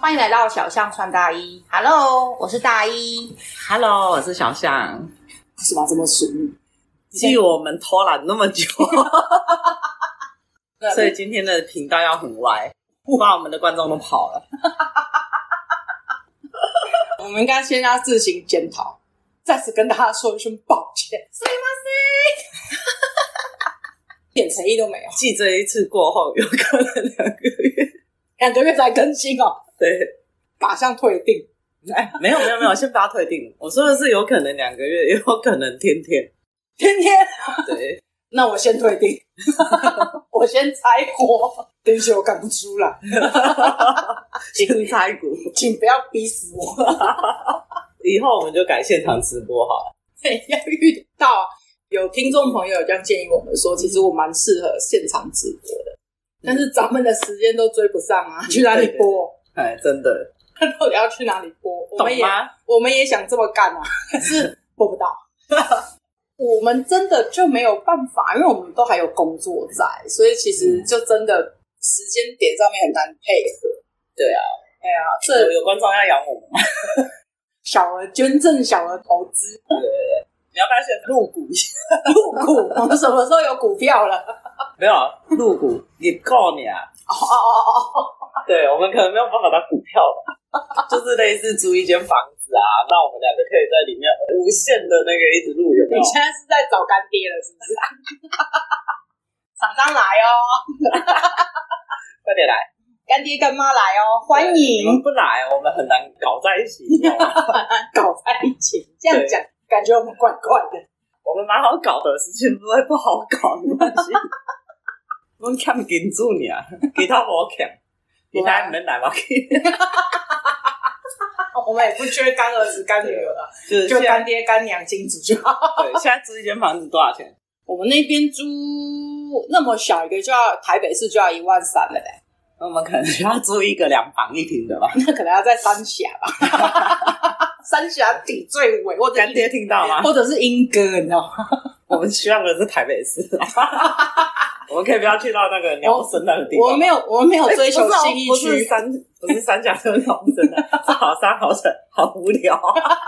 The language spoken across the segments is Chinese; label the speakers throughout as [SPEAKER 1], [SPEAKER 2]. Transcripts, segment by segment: [SPEAKER 1] 欢迎来到小象穿大衣。Hello，我是大衣。
[SPEAKER 2] Hello，我是小象。
[SPEAKER 3] 为什么要这么俗？
[SPEAKER 2] 基于我们偷懒那么 久，所以今天的频道要很 歪，把我们的观众都跑了。
[SPEAKER 3] 我们应该先要自行检讨，再次跟大家说一声抱歉，
[SPEAKER 1] すいま
[SPEAKER 3] 一点诚意都没有。
[SPEAKER 2] 记这一次过后，有可能两个 月。
[SPEAKER 3] 两个月才更新哦，
[SPEAKER 2] 对，
[SPEAKER 3] 靶向退订。
[SPEAKER 2] 哎，没有没有没有，先把它退订。我说的是有可能两个月，也有可能天天。
[SPEAKER 3] 天天，
[SPEAKER 2] 对，
[SPEAKER 3] 那我先 退订，我先拆锅。对不起，我赶不出来，
[SPEAKER 2] 新拆股，
[SPEAKER 3] 请不要逼死我。
[SPEAKER 2] 以后我们就改现场直播好了。
[SPEAKER 3] 要遇到有听众朋友这样建议我们说，其实我蛮适合现场直播的，但是咱们的时间都追不上
[SPEAKER 2] 嗯
[SPEAKER 3] 啊，去哪里播？
[SPEAKER 2] 哎，真的，
[SPEAKER 3] 到底要去哪里播？我
[SPEAKER 2] 懂
[SPEAKER 3] 们也
[SPEAKER 2] 吗？
[SPEAKER 3] 我们也想这么干啊， 可是播不到。 我们真的就没有办法，因为我们都还有工作在，所以其实就真的时间点上面很难配合。对啊，哎呀、
[SPEAKER 2] 有
[SPEAKER 3] 这
[SPEAKER 2] 有观众要养我们吗？
[SPEAKER 3] 小额捐赠、小额投资、
[SPEAKER 2] 你要不要先入股一下？
[SPEAKER 3] 入 股，我们什么时候有股票 了？
[SPEAKER 2] 没有啊入股也够 你啊。
[SPEAKER 3] 哦哦哦哦哦，
[SPEAKER 2] 对，我们可能没有办法打股票吧， 就是类似租一间房子啊，那我们两个可以在里面无限的那个一直录，有没
[SPEAKER 3] 你
[SPEAKER 2] 有？
[SPEAKER 3] 现在是在找干爹了，是不是？ 厂商来哦，
[SPEAKER 2] 快点来！
[SPEAKER 3] 干爹干妈来哦，欢
[SPEAKER 2] 你们
[SPEAKER 3] 迎
[SPEAKER 2] 不来，我们很难搞在一起。你知道吗
[SPEAKER 3] 搞在一起，这样讲感觉我们怪怪的。
[SPEAKER 2] 我们蛮好搞的，事情不会不好搞，没关系。 我们看顶住你啊，给他我看，给他你们来吧，
[SPEAKER 3] 我们也不缺干儿子干女儿了，
[SPEAKER 2] 就是
[SPEAKER 3] 就
[SPEAKER 2] 现在
[SPEAKER 3] 干爹干娘金主就好。
[SPEAKER 2] 对，现在租一间房子多少钱？
[SPEAKER 3] 我们那边租那么小一个就要台北市就要一万三了嘞，
[SPEAKER 2] 那我们可能需要租一个两房一厅的 吧？
[SPEAKER 3] 那可能要在三峡吧， 三峡顶最尾，或者
[SPEAKER 2] 干爹听到吗？
[SPEAKER 3] 或者是英哥，你知道吗？
[SPEAKER 2] 我们希望的是台北市， 我们可以不要去到那个鸟生那个地方。
[SPEAKER 3] 我们没有，我们没有
[SPEAKER 2] 哎
[SPEAKER 3] 追求
[SPEAKER 2] 不是哦
[SPEAKER 3] 新一
[SPEAKER 2] 不是
[SPEAKER 3] 区，
[SPEAKER 2] 三，不是三峡跟鸟生的，啊 是好山好水，好无聊。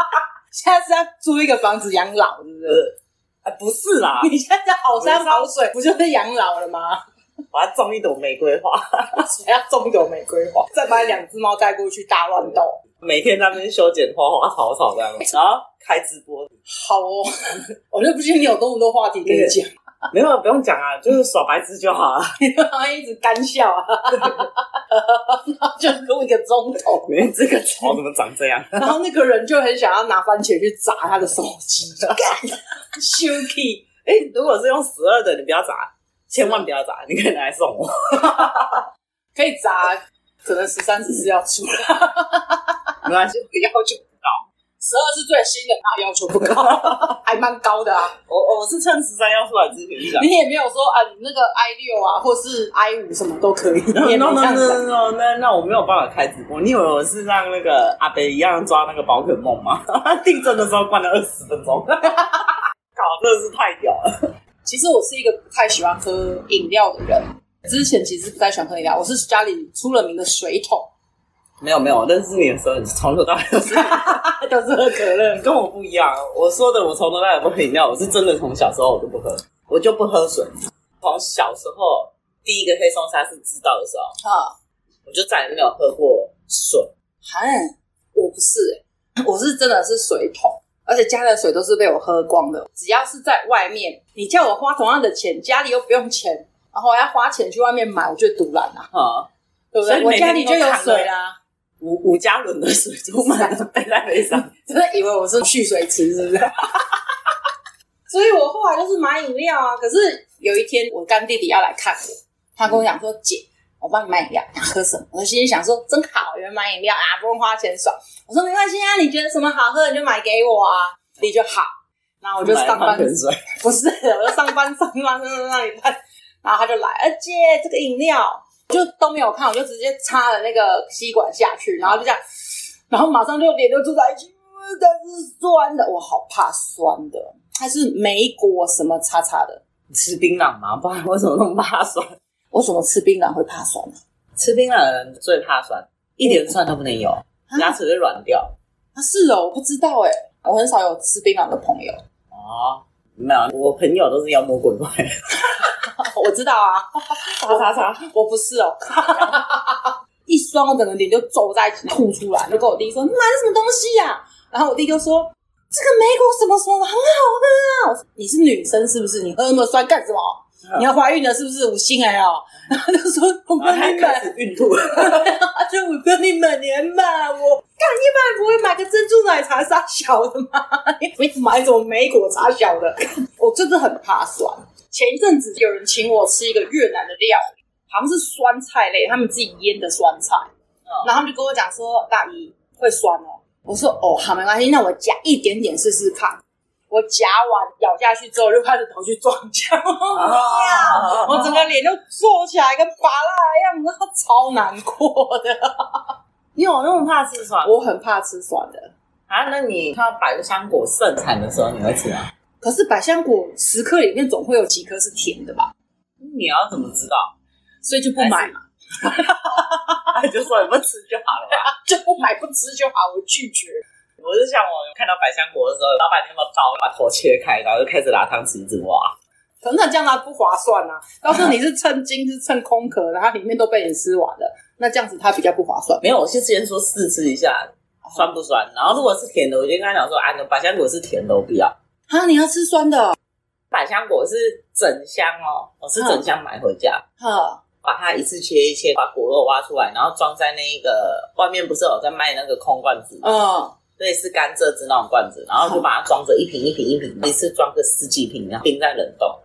[SPEAKER 3] 现在是要租一个房子养老，是不是？
[SPEAKER 2] 啊，不是啦，
[SPEAKER 3] 你现在好山好水，不就是养老了 吗？
[SPEAKER 2] 我要种一朵玫瑰花，
[SPEAKER 3] 为什么要种一朵玫瑰花，再把两只猫带过去大乱斗？
[SPEAKER 2] 每天在那边修剪花花草草这样，然后开直播。
[SPEAKER 3] 好哦， 我就不信你有那么多话题可以讲。
[SPEAKER 2] 没有，不用讲啊，就是耍白痴就好了。啊
[SPEAKER 3] 然后一直干笑啊，就录一个钟头，
[SPEAKER 2] 你这个草怎么长这样？
[SPEAKER 3] 然后那个人就很想要拿番茄去砸他的手机 ，Shuki，
[SPEAKER 2] 哎，如果是用十二的，你不要砸，千万不要砸，你可以拿来送我。
[SPEAKER 3] 可以砸，可能十三十四要出来，
[SPEAKER 2] 没关系，
[SPEAKER 3] 要求不高，十二是最新的，然后要求不高，还蛮高的啊。
[SPEAKER 2] 我我是趁十三要出来之前讲。
[SPEAKER 3] 你也没有说啊，你那个 i 六啊，或是 i 五什么都可以，
[SPEAKER 2] no
[SPEAKER 3] 你也没
[SPEAKER 2] no
[SPEAKER 3] 这
[SPEAKER 2] no
[SPEAKER 3] 样啊
[SPEAKER 2] no
[SPEAKER 3] 讲。
[SPEAKER 2] no，那那我没有办法开直播。你以为我是让那个阿北一样抓那个宝可梦吗？ 地震的时候关了二十分钟， 搞真的是太屌了。
[SPEAKER 3] 其实我是一个不太喜欢喝饮料的人，之前其实不太喜欢喝饮料，我是家里出了名的水桶。
[SPEAKER 2] 没有没有，我认识你的时候，你从头到 尾都是。
[SPEAKER 3] 都是喝可乐
[SPEAKER 2] 跟我不一样。啊我说的，我从头到尾不喝饮料，我是真的从小时候我就不喝，我就不喝水。从小时候第一个黑松沙士知道的时候，
[SPEAKER 3] 啊，
[SPEAKER 2] 我就再也没有喝过水。
[SPEAKER 3] 嗨，我不是、欸，我是真的是水桶，而且家里的水都是被我喝光的。只要是在外面，你叫我花同样的钱，家里又不用钱，然后我要花钱去外面买，我就独揽啦，
[SPEAKER 2] 哈、
[SPEAKER 3] 啊对不
[SPEAKER 2] 所
[SPEAKER 3] 对？
[SPEAKER 2] 以
[SPEAKER 3] 我
[SPEAKER 2] 每天
[SPEAKER 3] 家里就有水
[SPEAKER 2] 啊
[SPEAKER 3] 啦。
[SPEAKER 2] 五五加仑的水就满了背在背上。
[SPEAKER 3] 真的以为我是蓄水池，是不是？ 所以我后来就是买饮料啊。可是有一天，我干弟弟要来看我，他跟我讲说：“姐，我帮你买饮料，你要喝什么？”我心里想说：“真好，有人买饮料啊，不用花钱爽。”我说：“没关系啊，你觉得什么好喝你就买给我啊。”弟就好，然后我就上班
[SPEAKER 2] 满了半盆水。
[SPEAKER 3] 不是，我就上班上班 上上上一半，然后他就来，而且这个饮料就都没有看，我就直接插了那个吸管下去，然后就这样，然后马上就脸就住在一起，呃但是酸的，我好怕酸的，它是梅果什么叉叉的，
[SPEAKER 2] 你吃槟榔吗？不然为什么那么怕酸？
[SPEAKER 3] 我怎么吃槟榔会怕酸啊？
[SPEAKER 2] 吃槟榔的人最怕酸，一点蒜都不能有，牙齿会软掉。
[SPEAKER 3] 啊，是哦，我不知道哎，我很少有吃槟榔的朋友，
[SPEAKER 2] 哦，没有，我朋友都是妖魔鬼怪。
[SPEAKER 3] 我知道啊，
[SPEAKER 2] 叉叉叉，
[SPEAKER 3] 我不是哦。 一酸，我整个脸就皱在一起，吐出来。就跟我弟说：“你买的什么东西呀、然后我弟就说：“这个梅果什么什么很好喝啊！”我说：“你是女生是不是？你喝那么酸干什么？你要怀孕了是不是？五星哎哦。” 然后就说：“我不要
[SPEAKER 2] 然后他
[SPEAKER 3] 你
[SPEAKER 2] 开
[SPEAKER 3] 买，
[SPEAKER 2] 始孕吐。
[SPEAKER 3] 他说我不要你买，你还骂我，干一般人不会买个珍珠奶茶啥小的吗？ 你不会买什么梅果茶小的？ 我真的很怕酸。前一阵子有人请我吃一个越南的料理，好像是酸菜类，他们自己腌的酸菜，然后他们就跟我讲说大姨会酸哦。我说哦好没关系，那我夹一点点试试看。我夹完咬下去之后，就开始头去撞墙， 我整个脸就坐起来跟拔蜡一样，然后超难过的。
[SPEAKER 2] 你有那么怕吃蒜？
[SPEAKER 3] 我很怕吃酸的，
[SPEAKER 2] 啊，那你看到百香果盛产的时候，你会吃吗？
[SPEAKER 3] 可是百香果十颗里面总会有几颗是甜的吧，
[SPEAKER 2] 嗯你要怎么知道？
[SPEAKER 3] 所以就不买嘛，
[SPEAKER 2] 他 就说你不吃就好了吧。
[SPEAKER 3] 就不买不吃就好，我拒绝。
[SPEAKER 2] 我是像我看到百香果的时候，老板那么刀把头切开，然后就开始拿汤匙一直挖。
[SPEAKER 3] 可是那这样它不划算啊！到时候你是称斤是称空壳，然后里面都被你吃完了，那这样子它比较不划算。
[SPEAKER 2] 没有，我是先说试吃一下酸不酸，然后如果是甜的，我就跟他讲说啊，那百香果是甜的，我不要。
[SPEAKER 3] 啊，你要吃酸的？
[SPEAKER 2] 百香果是整箱哦，我是整箱买回
[SPEAKER 3] 嗯
[SPEAKER 2] 家，
[SPEAKER 3] 哈，
[SPEAKER 2] 把它一次切一切，把果肉挖出来，然后装在那一个外面不是有在卖那个空罐子，
[SPEAKER 3] 嗯，
[SPEAKER 2] 类似甘蔗汁那种罐子，然后就把它装着一瓶一瓶一瓶，一次装个十几瓶，然后冰在冷冻。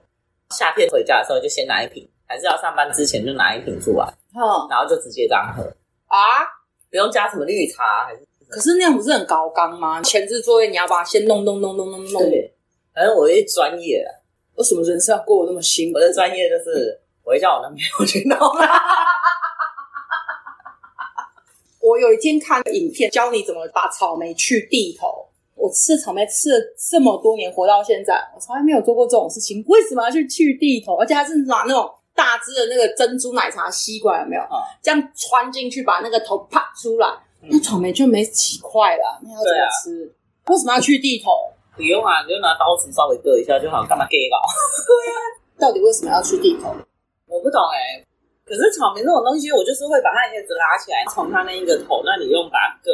[SPEAKER 2] 夏天回家的时候就先拿一瓶，还是要上班之前就拿一瓶出来，
[SPEAKER 3] 哈
[SPEAKER 2] 然后就直接这样喝，
[SPEAKER 3] 啊！
[SPEAKER 2] 不用加什么绿茶还是
[SPEAKER 3] 可是那样不是很高纲吗？前置作业你要把它先弄弄弄弄弄弄。
[SPEAKER 2] 对。反正我一专业啊了，
[SPEAKER 3] 为什么人生要过得那么辛苦
[SPEAKER 2] 我？的专业就是我会叫我男朋友去弄。
[SPEAKER 3] 我有一天看影片，教你怎么把草莓去地头。我吃草莓吃了这么多年，活到现在，我从来没有做过这种事情。为什么要去去地头？而且还是拿那种大只的那个珍珠奶茶吸管，有没有？
[SPEAKER 2] 嗯
[SPEAKER 3] 这样穿进去，把那个头啪出来，
[SPEAKER 2] 嗯
[SPEAKER 3] 那草莓就没几块了，那要怎
[SPEAKER 2] 对
[SPEAKER 3] 么
[SPEAKER 2] 啊
[SPEAKER 3] 吃？为什么要去地头？
[SPEAKER 2] 不用啊，你就拿刀子稍微割一下就好，干嘛割搞？
[SPEAKER 3] 到底为什么要去地头？
[SPEAKER 2] 我不懂哎、可是草莓这种东西，我就是会把它叶子拉起来，从它那一个头那里用把它割，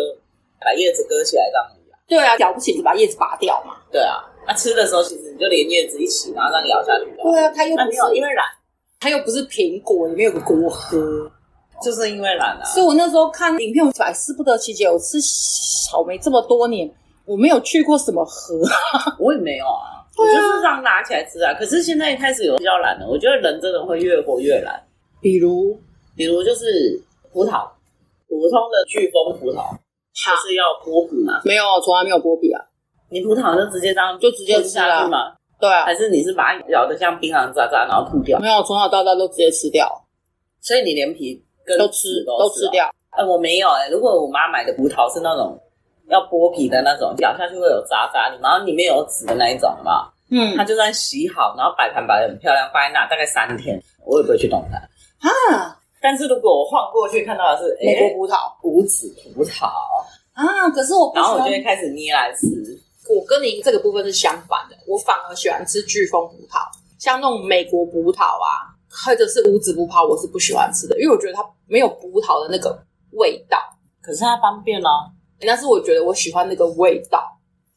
[SPEAKER 2] 把叶子割起来这样子啊。
[SPEAKER 3] 对啊，了不起就把叶子拔掉嘛。
[SPEAKER 2] 对啊，那、吃的时候其实你就连叶子一起，然后这样咬下去就好。
[SPEAKER 3] 对啊，它又
[SPEAKER 2] 那
[SPEAKER 3] 不
[SPEAKER 2] 没有，
[SPEAKER 3] 是
[SPEAKER 2] 因为懒，
[SPEAKER 3] 它又不是苹果，里面有个果核。
[SPEAKER 2] 就是因为懒啊。
[SPEAKER 3] 所以我那时候看影片，我百思不得其解。我吃草莓这么多年，我没有去过什么河，
[SPEAKER 2] 我也没有啊，我就是这样拿起来吃啊。可是现在开始有比较懒了，我觉得人真的会越活越懒。
[SPEAKER 3] 比如
[SPEAKER 2] 比如就是葡萄，普通的巨峰葡萄，就是要剥皮嘛。
[SPEAKER 3] 没有，从来没有剥皮啊。
[SPEAKER 2] 你葡萄就直接这样
[SPEAKER 3] 就直接
[SPEAKER 2] 吞
[SPEAKER 3] 吃
[SPEAKER 2] 下
[SPEAKER 3] 啊
[SPEAKER 2] 去嘛？
[SPEAKER 3] 对啊，
[SPEAKER 2] 还是你是把它咬得像槟榔渣渣，然后吐掉？
[SPEAKER 3] 没有，从小到大都直接吃掉，
[SPEAKER 2] 所以你连皮跟
[SPEAKER 3] 都
[SPEAKER 2] 籽
[SPEAKER 3] 吃
[SPEAKER 2] 都
[SPEAKER 3] 都
[SPEAKER 2] 吃
[SPEAKER 3] 吃
[SPEAKER 2] 啊
[SPEAKER 3] 掉。
[SPEAKER 2] 哎，我没有哎、如果我妈买的葡萄是那种要剥皮的那种，咬下去会有渣渣，然后里面有籽的那一种嘛，
[SPEAKER 3] 嗯
[SPEAKER 2] 它就算洗好，然后摆盘摆的很漂亮，放在那大概三天，我也不会去动它。
[SPEAKER 3] 啊，
[SPEAKER 2] 但是如果我晃过去看到的是
[SPEAKER 3] 美
[SPEAKER 2] 哎
[SPEAKER 3] 国葡萄
[SPEAKER 2] 无籽葡萄，
[SPEAKER 3] 啊，可是我不喜
[SPEAKER 2] 然后我就
[SPEAKER 3] 欢
[SPEAKER 2] 会开始捏来吃。
[SPEAKER 3] 我跟您这个部分是相反的，我反而喜欢吃飓风葡萄，像那种美国葡萄啊，或者是无籽葡萄，我是不喜欢吃的，因为我觉得它没有葡萄的那个味道。
[SPEAKER 2] 可是它方便哦。
[SPEAKER 3] 但是我觉得我喜欢那个味道，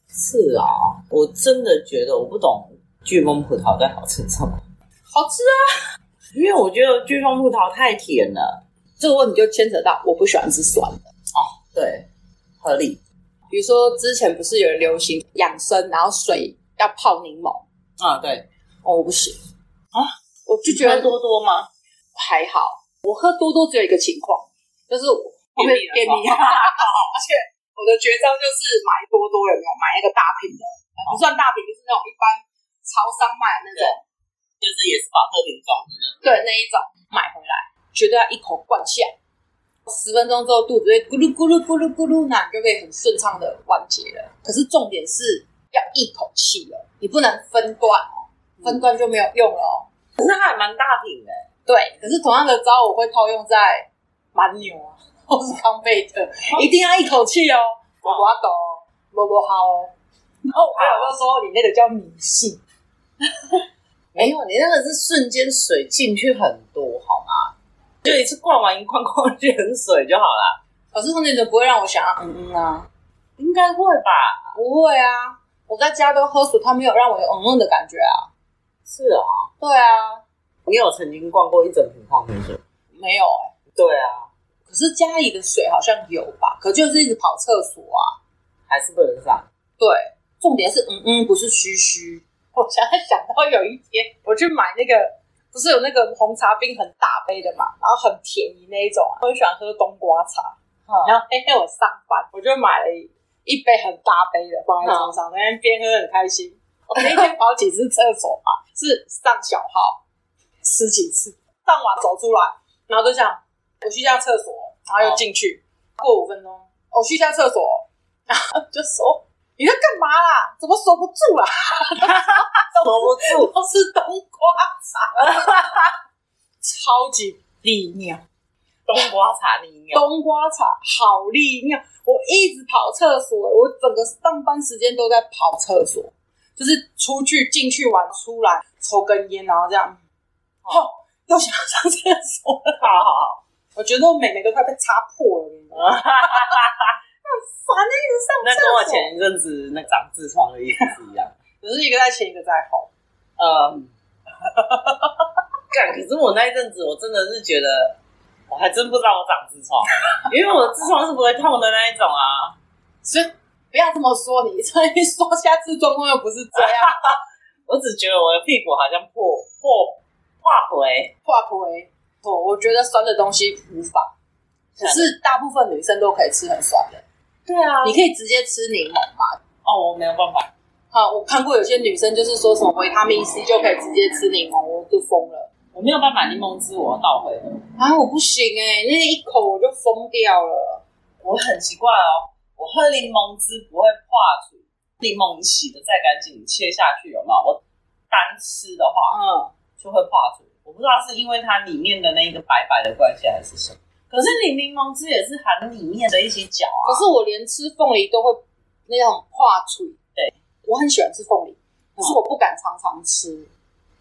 [SPEAKER 2] 是啊，我真的觉得我不懂巨峰葡萄在好吃什么，
[SPEAKER 3] 好吃啊。
[SPEAKER 2] 因为我觉得巨峰葡萄太甜了。
[SPEAKER 3] 这个问题就牵扯到我不喜欢吃酸的，
[SPEAKER 2] 对，合理。
[SPEAKER 3] 比如说之前不是有人流行养生，然后水要泡柠檬，
[SPEAKER 2] 啊，对，
[SPEAKER 3] 哦，我不行
[SPEAKER 2] 啊，
[SPEAKER 3] 我就觉得
[SPEAKER 2] 多多吗？
[SPEAKER 3] 还好。我喝多多只有一个情况，就是我会
[SPEAKER 2] 便
[SPEAKER 3] 便
[SPEAKER 2] 秘
[SPEAKER 3] 秘，啊 而且我的绝招就是买多多有没有买那个大瓶的，呃不算大瓶，就是那种一般超商卖的那种，
[SPEAKER 2] 就是也是保特瓶装的。
[SPEAKER 3] 对那一种买回来，绝对要一口灌下。十分钟之后，肚子会咕噜咕噜咕噜咕噜，那你就可以很顺畅的完结了。可是重点是要一口气了，你不能分段哦，分段就没有用了哦。
[SPEAKER 2] 可是它还蛮大瓶的、欸
[SPEAKER 3] 对，可是同样的招我会套用在蛮牛啊， 或是康贝特，一定要一口气哦，我我懂哦，我我好哦。然后我朋友就说你那个叫迷信，
[SPEAKER 2] 没有，你那个是瞬间水进去很多，好吗？就一次灌完一罐矿泉水就好了，
[SPEAKER 3] 可是他那个不会让我想要嗯嗯啊，
[SPEAKER 2] 应该会吧？
[SPEAKER 3] 不会啊，我在家都喝水，他没有让我有嗯嗯的感觉啊。
[SPEAKER 2] 是啊、
[SPEAKER 3] 对啊，
[SPEAKER 2] 你有曾经灌过一整瓶矿泉水？
[SPEAKER 3] 没有哎、
[SPEAKER 2] 对啊，
[SPEAKER 3] 可是家里的水好像有吧，可就是一直跑厕所啊。
[SPEAKER 2] 还是不能上。
[SPEAKER 3] 对，重点是嗯嗯，不是嘘嘘。我现在想到有一天，我去买那个，不是有那个红茶冰很大杯的嘛，然后很便宜那一种、啊，我很喜欢喝冬瓜茶。然后那天我上班，我就买了一杯很大杯的放在桌上，那天边喝很开心。我那天跑几次厕所嘛，是上小号十几次，上完走出来，然后就想我去一下厕所，然后又进去，过五分钟，我去一下厕所，然后就说你在干嘛啦？怎么守不住啦？ 守不住，都是冬瓜茶，超级利尿。
[SPEAKER 2] 冬瓜茶利尿，
[SPEAKER 3] 冬瓜茶好利尿，我一直跑厕所，我整个上班时间都在跑厕所，就是出去进去玩，出来抽根烟，然后这样，哦，又想上厕所了，好好好，我觉得我每每都快被擦破了，你知道吗很烦的，一直上
[SPEAKER 4] 那
[SPEAKER 3] 厕
[SPEAKER 4] 跟
[SPEAKER 3] 所。
[SPEAKER 4] 我前一阵子那长痔疮的意思是一样。
[SPEAKER 3] 只是一个在前，一个在后，
[SPEAKER 4] 呃，
[SPEAKER 2] 干！可是我那一阵子，我真的是觉得，我还真不知道我长痔疮，因为我的痔疮是不会痛的那一种啊。
[SPEAKER 3] 所以不要这么说你，所以说下次状况又不是这样，
[SPEAKER 2] 我只觉得我的屁股好像破破化回，
[SPEAKER 3] 化亏。我我觉得酸的东西无法，可是大部分女生都可以吃很酸的。
[SPEAKER 2] 对啊
[SPEAKER 3] 你可以直接吃柠檬嘛。
[SPEAKER 2] 哦，我没有办法，
[SPEAKER 3] 啊，我看过有些女生就是说什么维他命 C 就可以直接吃柠檬，我就疯了
[SPEAKER 2] 我没有办法柠檬汁，我倒回了。
[SPEAKER 3] 啊！我不行哎、那一口我就疯掉了。
[SPEAKER 2] 我很奇怪哦，我喝柠檬汁不会化除，柠檬洗的再干净，你切下去有没有？我单吃的话
[SPEAKER 3] 嗯，
[SPEAKER 2] 就会化除，我不知道是因为它里面的那个白白的关系还是什么。可是你柠檬汁也是含里面的一些角啊
[SPEAKER 3] 可，是我连吃凤梨都会那种化嗯嘴。
[SPEAKER 2] 对，
[SPEAKER 3] 我很喜欢吃凤梨，可是我不敢常常吃。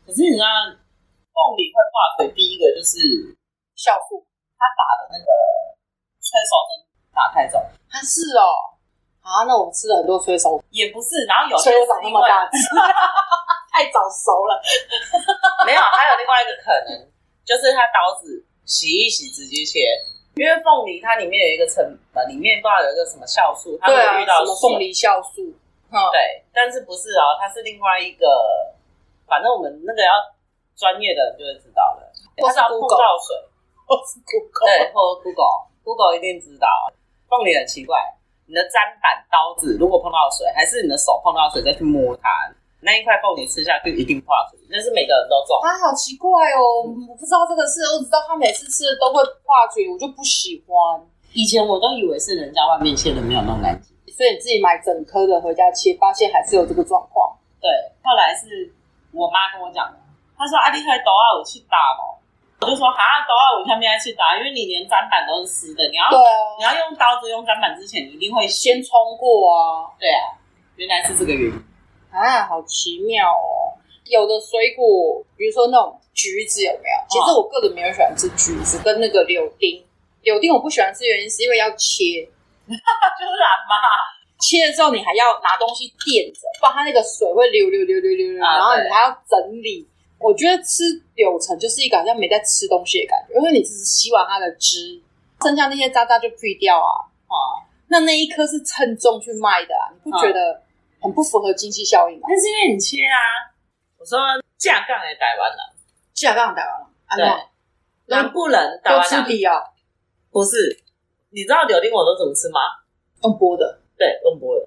[SPEAKER 2] 可是你知道凤梨会化水，第一个就是
[SPEAKER 3] 酵素
[SPEAKER 2] 催熟针打太重，
[SPEAKER 3] 啊，是哦。啊，那我吃了很多催熟，
[SPEAKER 2] 也不是。然后有些
[SPEAKER 3] 催
[SPEAKER 2] 是
[SPEAKER 3] 我哦长那
[SPEAKER 2] 因
[SPEAKER 3] 么
[SPEAKER 2] 为
[SPEAKER 3] 大只， 太早熟了。
[SPEAKER 2] 没有，还有另外一个可能，就是它刀子洗一洗直接切，因为凤梨它里面有一个成本，里面不知道有一个什么酵素，它
[SPEAKER 3] 对
[SPEAKER 2] 会
[SPEAKER 3] 啊，
[SPEAKER 2] 遇到
[SPEAKER 3] 什么凤
[SPEAKER 2] 水，
[SPEAKER 3] 梨酵素？
[SPEAKER 2] 对，但是不是哦，它是另外一个，反正我们那个要专业的人就会知道了，
[SPEAKER 3] 或
[SPEAKER 2] 它是
[SPEAKER 3] 是
[SPEAKER 2] 要碰
[SPEAKER 3] Google
[SPEAKER 2] 到水，
[SPEAKER 3] 我是苦口。
[SPEAKER 2] 对，或 Google Google 一定知道，啊凤梨很奇怪，你的砧板刀子如果碰到水，还是你的手碰到水再去摸它，那一块凤梨吃下去一定化水，那是每个人都中。
[SPEAKER 3] 啊，好奇怪哦！我不知道这个事，我只知道他每次吃的都会化嘴，我就不喜欢。
[SPEAKER 2] 以前我都以为是人家外面切的没有弄干净，
[SPEAKER 3] 所以你自己买整颗的回家切，发现还是有这个状况。
[SPEAKER 2] 对，后来是我妈跟我讲的，她说啊，你还都要我去打哦，我就说哈，都要我下面要去打，因为你连砧板都是湿的，你要
[SPEAKER 3] 对啊，
[SPEAKER 2] 你要用刀子用砧板之前，你一定会
[SPEAKER 3] 先冲过啊！
[SPEAKER 2] 对啊，原来是这个原因。
[SPEAKER 3] 啊，好奇妙哦！有的水果，比如说那种橘子，有没有？其实我个人没有喜欢吃橘子，跟那个柳丁。柳丁我不喜欢吃，原因是因为要切，
[SPEAKER 2] 当然嘛，
[SPEAKER 3] 切了之后你还要拿东西垫着，不然它那个水会流流流流流流，
[SPEAKER 2] 啊
[SPEAKER 3] 然后
[SPEAKER 2] 对
[SPEAKER 3] 你还要整理。我觉得吃柳橙就是一个好像没在吃东西的感觉，因为你只是吸完它的汁，剩下那些渣渣就退掉啊。
[SPEAKER 2] 哦，
[SPEAKER 3] 那那一颗是称重去卖的啊，你不觉得很不符合经济效益吗？
[SPEAKER 2] 那是因为你切啊。我说架杠也台湾
[SPEAKER 3] 嗯
[SPEAKER 2] 了，
[SPEAKER 3] 下杠打完了，啊安
[SPEAKER 2] 对
[SPEAKER 3] 诺，
[SPEAKER 2] 南部人台
[SPEAKER 3] 都
[SPEAKER 2] 湾
[SPEAKER 3] 吃
[SPEAKER 2] 人
[SPEAKER 3] 底啊，
[SPEAKER 2] 不是，你知道柳丁我都怎么吃吗？
[SPEAKER 3] 用剥的
[SPEAKER 2] 对，用剥的，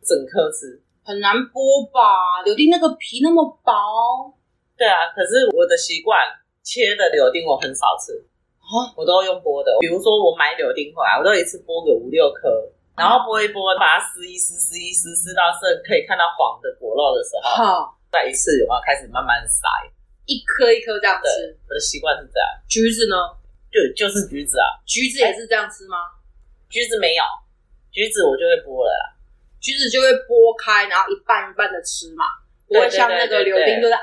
[SPEAKER 2] 整颗吃。
[SPEAKER 3] 很难剥吧？柳丁那个皮那么薄，
[SPEAKER 2] 对啊，可是我的习惯切的柳丁我很少吃
[SPEAKER 3] 啊，
[SPEAKER 2] 我都用剥的。比如说我买柳丁回来，我都一次剥个五六颗，然后剥一剥，把它撕一撕，撕一撕，撕到剩可以看到黄的果肉的时候，
[SPEAKER 3] 哈，
[SPEAKER 2] 再一次有没有开始慢慢塞？
[SPEAKER 3] 一颗一颗这样
[SPEAKER 2] 对
[SPEAKER 3] 吃。
[SPEAKER 2] 我的习惯是这样。
[SPEAKER 3] 橘子呢？
[SPEAKER 2] 橘就就是橘子啊，
[SPEAKER 3] 橘子也是这样吃吗？
[SPEAKER 2] 橘子没有，橘子我就会剥了啦。
[SPEAKER 3] 橘子就会剥开，然后一半一半的吃嘛，不会像那个
[SPEAKER 2] 对对对
[SPEAKER 3] 柳
[SPEAKER 2] 对
[SPEAKER 3] 丁就是啊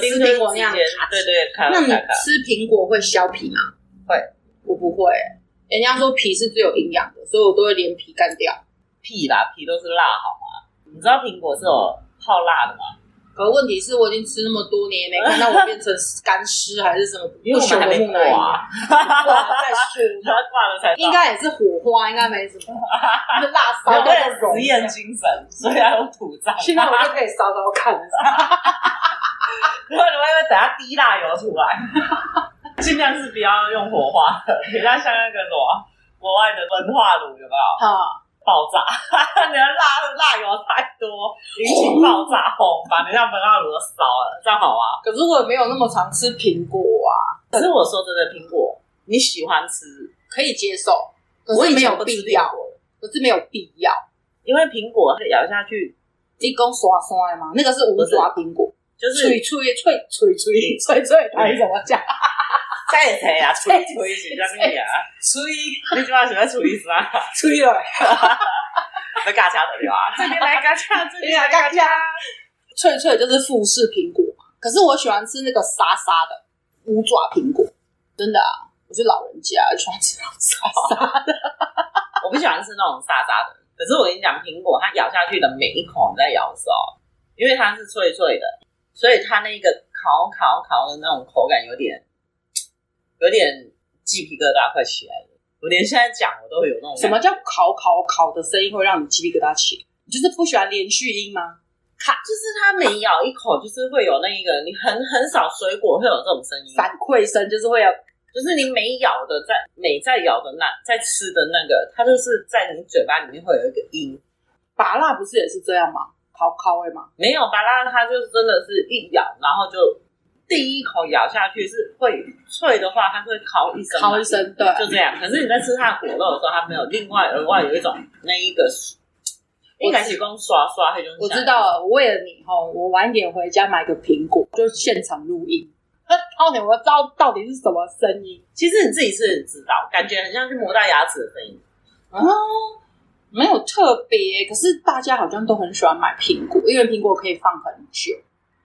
[SPEAKER 2] 柳
[SPEAKER 3] 吃
[SPEAKER 2] 丁就是
[SPEAKER 3] 苹果那样
[SPEAKER 2] 直接
[SPEAKER 3] 咔
[SPEAKER 2] 对对，看
[SPEAKER 3] 那你
[SPEAKER 2] 看看。
[SPEAKER 3] 吃苹果会削皮吗？
[SPEAKER 2] 会，
[SPEAKER 3] 我不会欸、人家说皮是最有营养的，所以我都会连皮干掉。
[SPEAKER 2] 屁啦，皮都是辣好吗？你知道苹果是有泡辣的吗？
[SPEAKER 3] 可问题是我已经吃那么多年，也没看到我变成干尸还是什么
[SPEAKER 2] 因
[SPEAKER 3] 不
[SPEAKER 2] 为我
[SPEAKER 3] 朽
[SPEAKER 2] 们还
[SPEAKER 3] 的
[SPEAKER 2] 没
[SPEAKER 3] 木
[SPEAKER 2] 挂
[SPEAKER 3] 乃伊。
[SPEAKER 2] 啊，
[SPEAKER 3] 哇再说，
[SPEAKER 2] 它挂了才 知道
[SPEAKER 3] 应该也是火花，应该没什么，就辣烧
[SPEAKER 2] 有
[SPEAKER 3] 掉
[SPEAKER 2] 个
[SPEAKER 3] 就融
[SPEAKER 2] 实验精神，所以还有土葬。
[SPEAKER 3] 现在我就可以烧烧看。
[SPEAKER 2] 然后你会等下滴蜡油出来， 尽量是不要用火花的，比较像那个什么国外的文化炉有没有
[SPEAKER 3] 哈，
[SPEAKER 2] 爆炸？ 你的辣辣油太多，引起爆炸轰，把你那文化炉都烧了，这样好吗？
[SPEAKER 3] 可是我也没有那么常吃苹果啊，
[SPEAKER 2] 可是我说真的，苹果你喜欢吃，
[SPEAKER 3] 可以接受，可
[SPEAKER 2] 我
[SPEAKER 3] 是
[SPEAKER 2] 以
[SPEAKER 3] 没
[SPEAKER 2] 前
[SPEAKER 3] 有
[SPEAKER 2] 不吃苹
[SPEAKER 3] 必要，
[SPEAKER 2] 果，
[SPEAKER 3] 可是没有必要。
[SPEAKER 2] 因为苹果咬下去
[SPEAKER 3] 你讲刷刷的吗？那个是无刷苹果，
[SPEAKER 2] 就是
[SPEAKER 3] 脆脆脆脆脆脆脆，台语怎么讲？
[SPEAKER 2] 再谁 啊，吹吹是啥物啊？你
[SPEAKER 3] 脆
[SPEAKER 2] 即马想要处理 啥？
[SPEAKER 3] 脆了，
[SPEAKER 2] 要加车就对 啊，这边来加车，这
[SPEAKER 3] 你来看一下，脆脆就是富士苹果嘛。可是我喜欢吃那个沙沙的五爪苹果，真的啊，我是老人家，喜欢吃那种沙沙。
[SPEAKER 2] 我不喜欢吃那种沙沙的，可是我跟你讲，苹果它咬下去的每一口你在咬的时候，因为它是脆脆的，所以它那个烤烤烤的那种口感有点，有点鸡皮疙瘩快起来了。我连现在讲我都会有那种
[SPEAKER 3] 什
[SPEAKER 2] 感觉
[SPEAKER 3] 么叫烤烤烤的声音会让你鸡皮疙瘩起来？你就是不喜欢连续音吗？
[SPEAKER 2] 就是它每咬一口就是会有那一个，你很很少水果会有这种声音，
[SPEAKER 3] 反馈声就是会有
[SPEAKER 2] 就是你每咬的在每在咬的那在吃的那个，它就是在你嘴巴里面会有一个音。
[SPEAKER 3] 拔蜡，不是也是这样吗？烤烤的嘛，
[SPEAKER 2] 没有巴拉，它就是真的是一咬，然后就第一口咬下去是会脆的话，它会烤一声嘛，
[SPEAKER 3] 烤一声对
[SPEAKER 2] 就这样。可是你在吃它的果肉的时候，它没有另外额外有一种那一个，应该是光刷刷那种。
[SPEAKER 3] 我知道，了，我为了你吼，我晚一点回家买个苹果，就现场录音。 到底我知道到底是什么声音
[SPEAKER 2] 其实你自己是很知道，感觉很像是磨到牙齿的声音。
[SPEAKER 3] 啊？没有特别，可是大家好像都很喜欢买苹果，因为苹果可以放很久，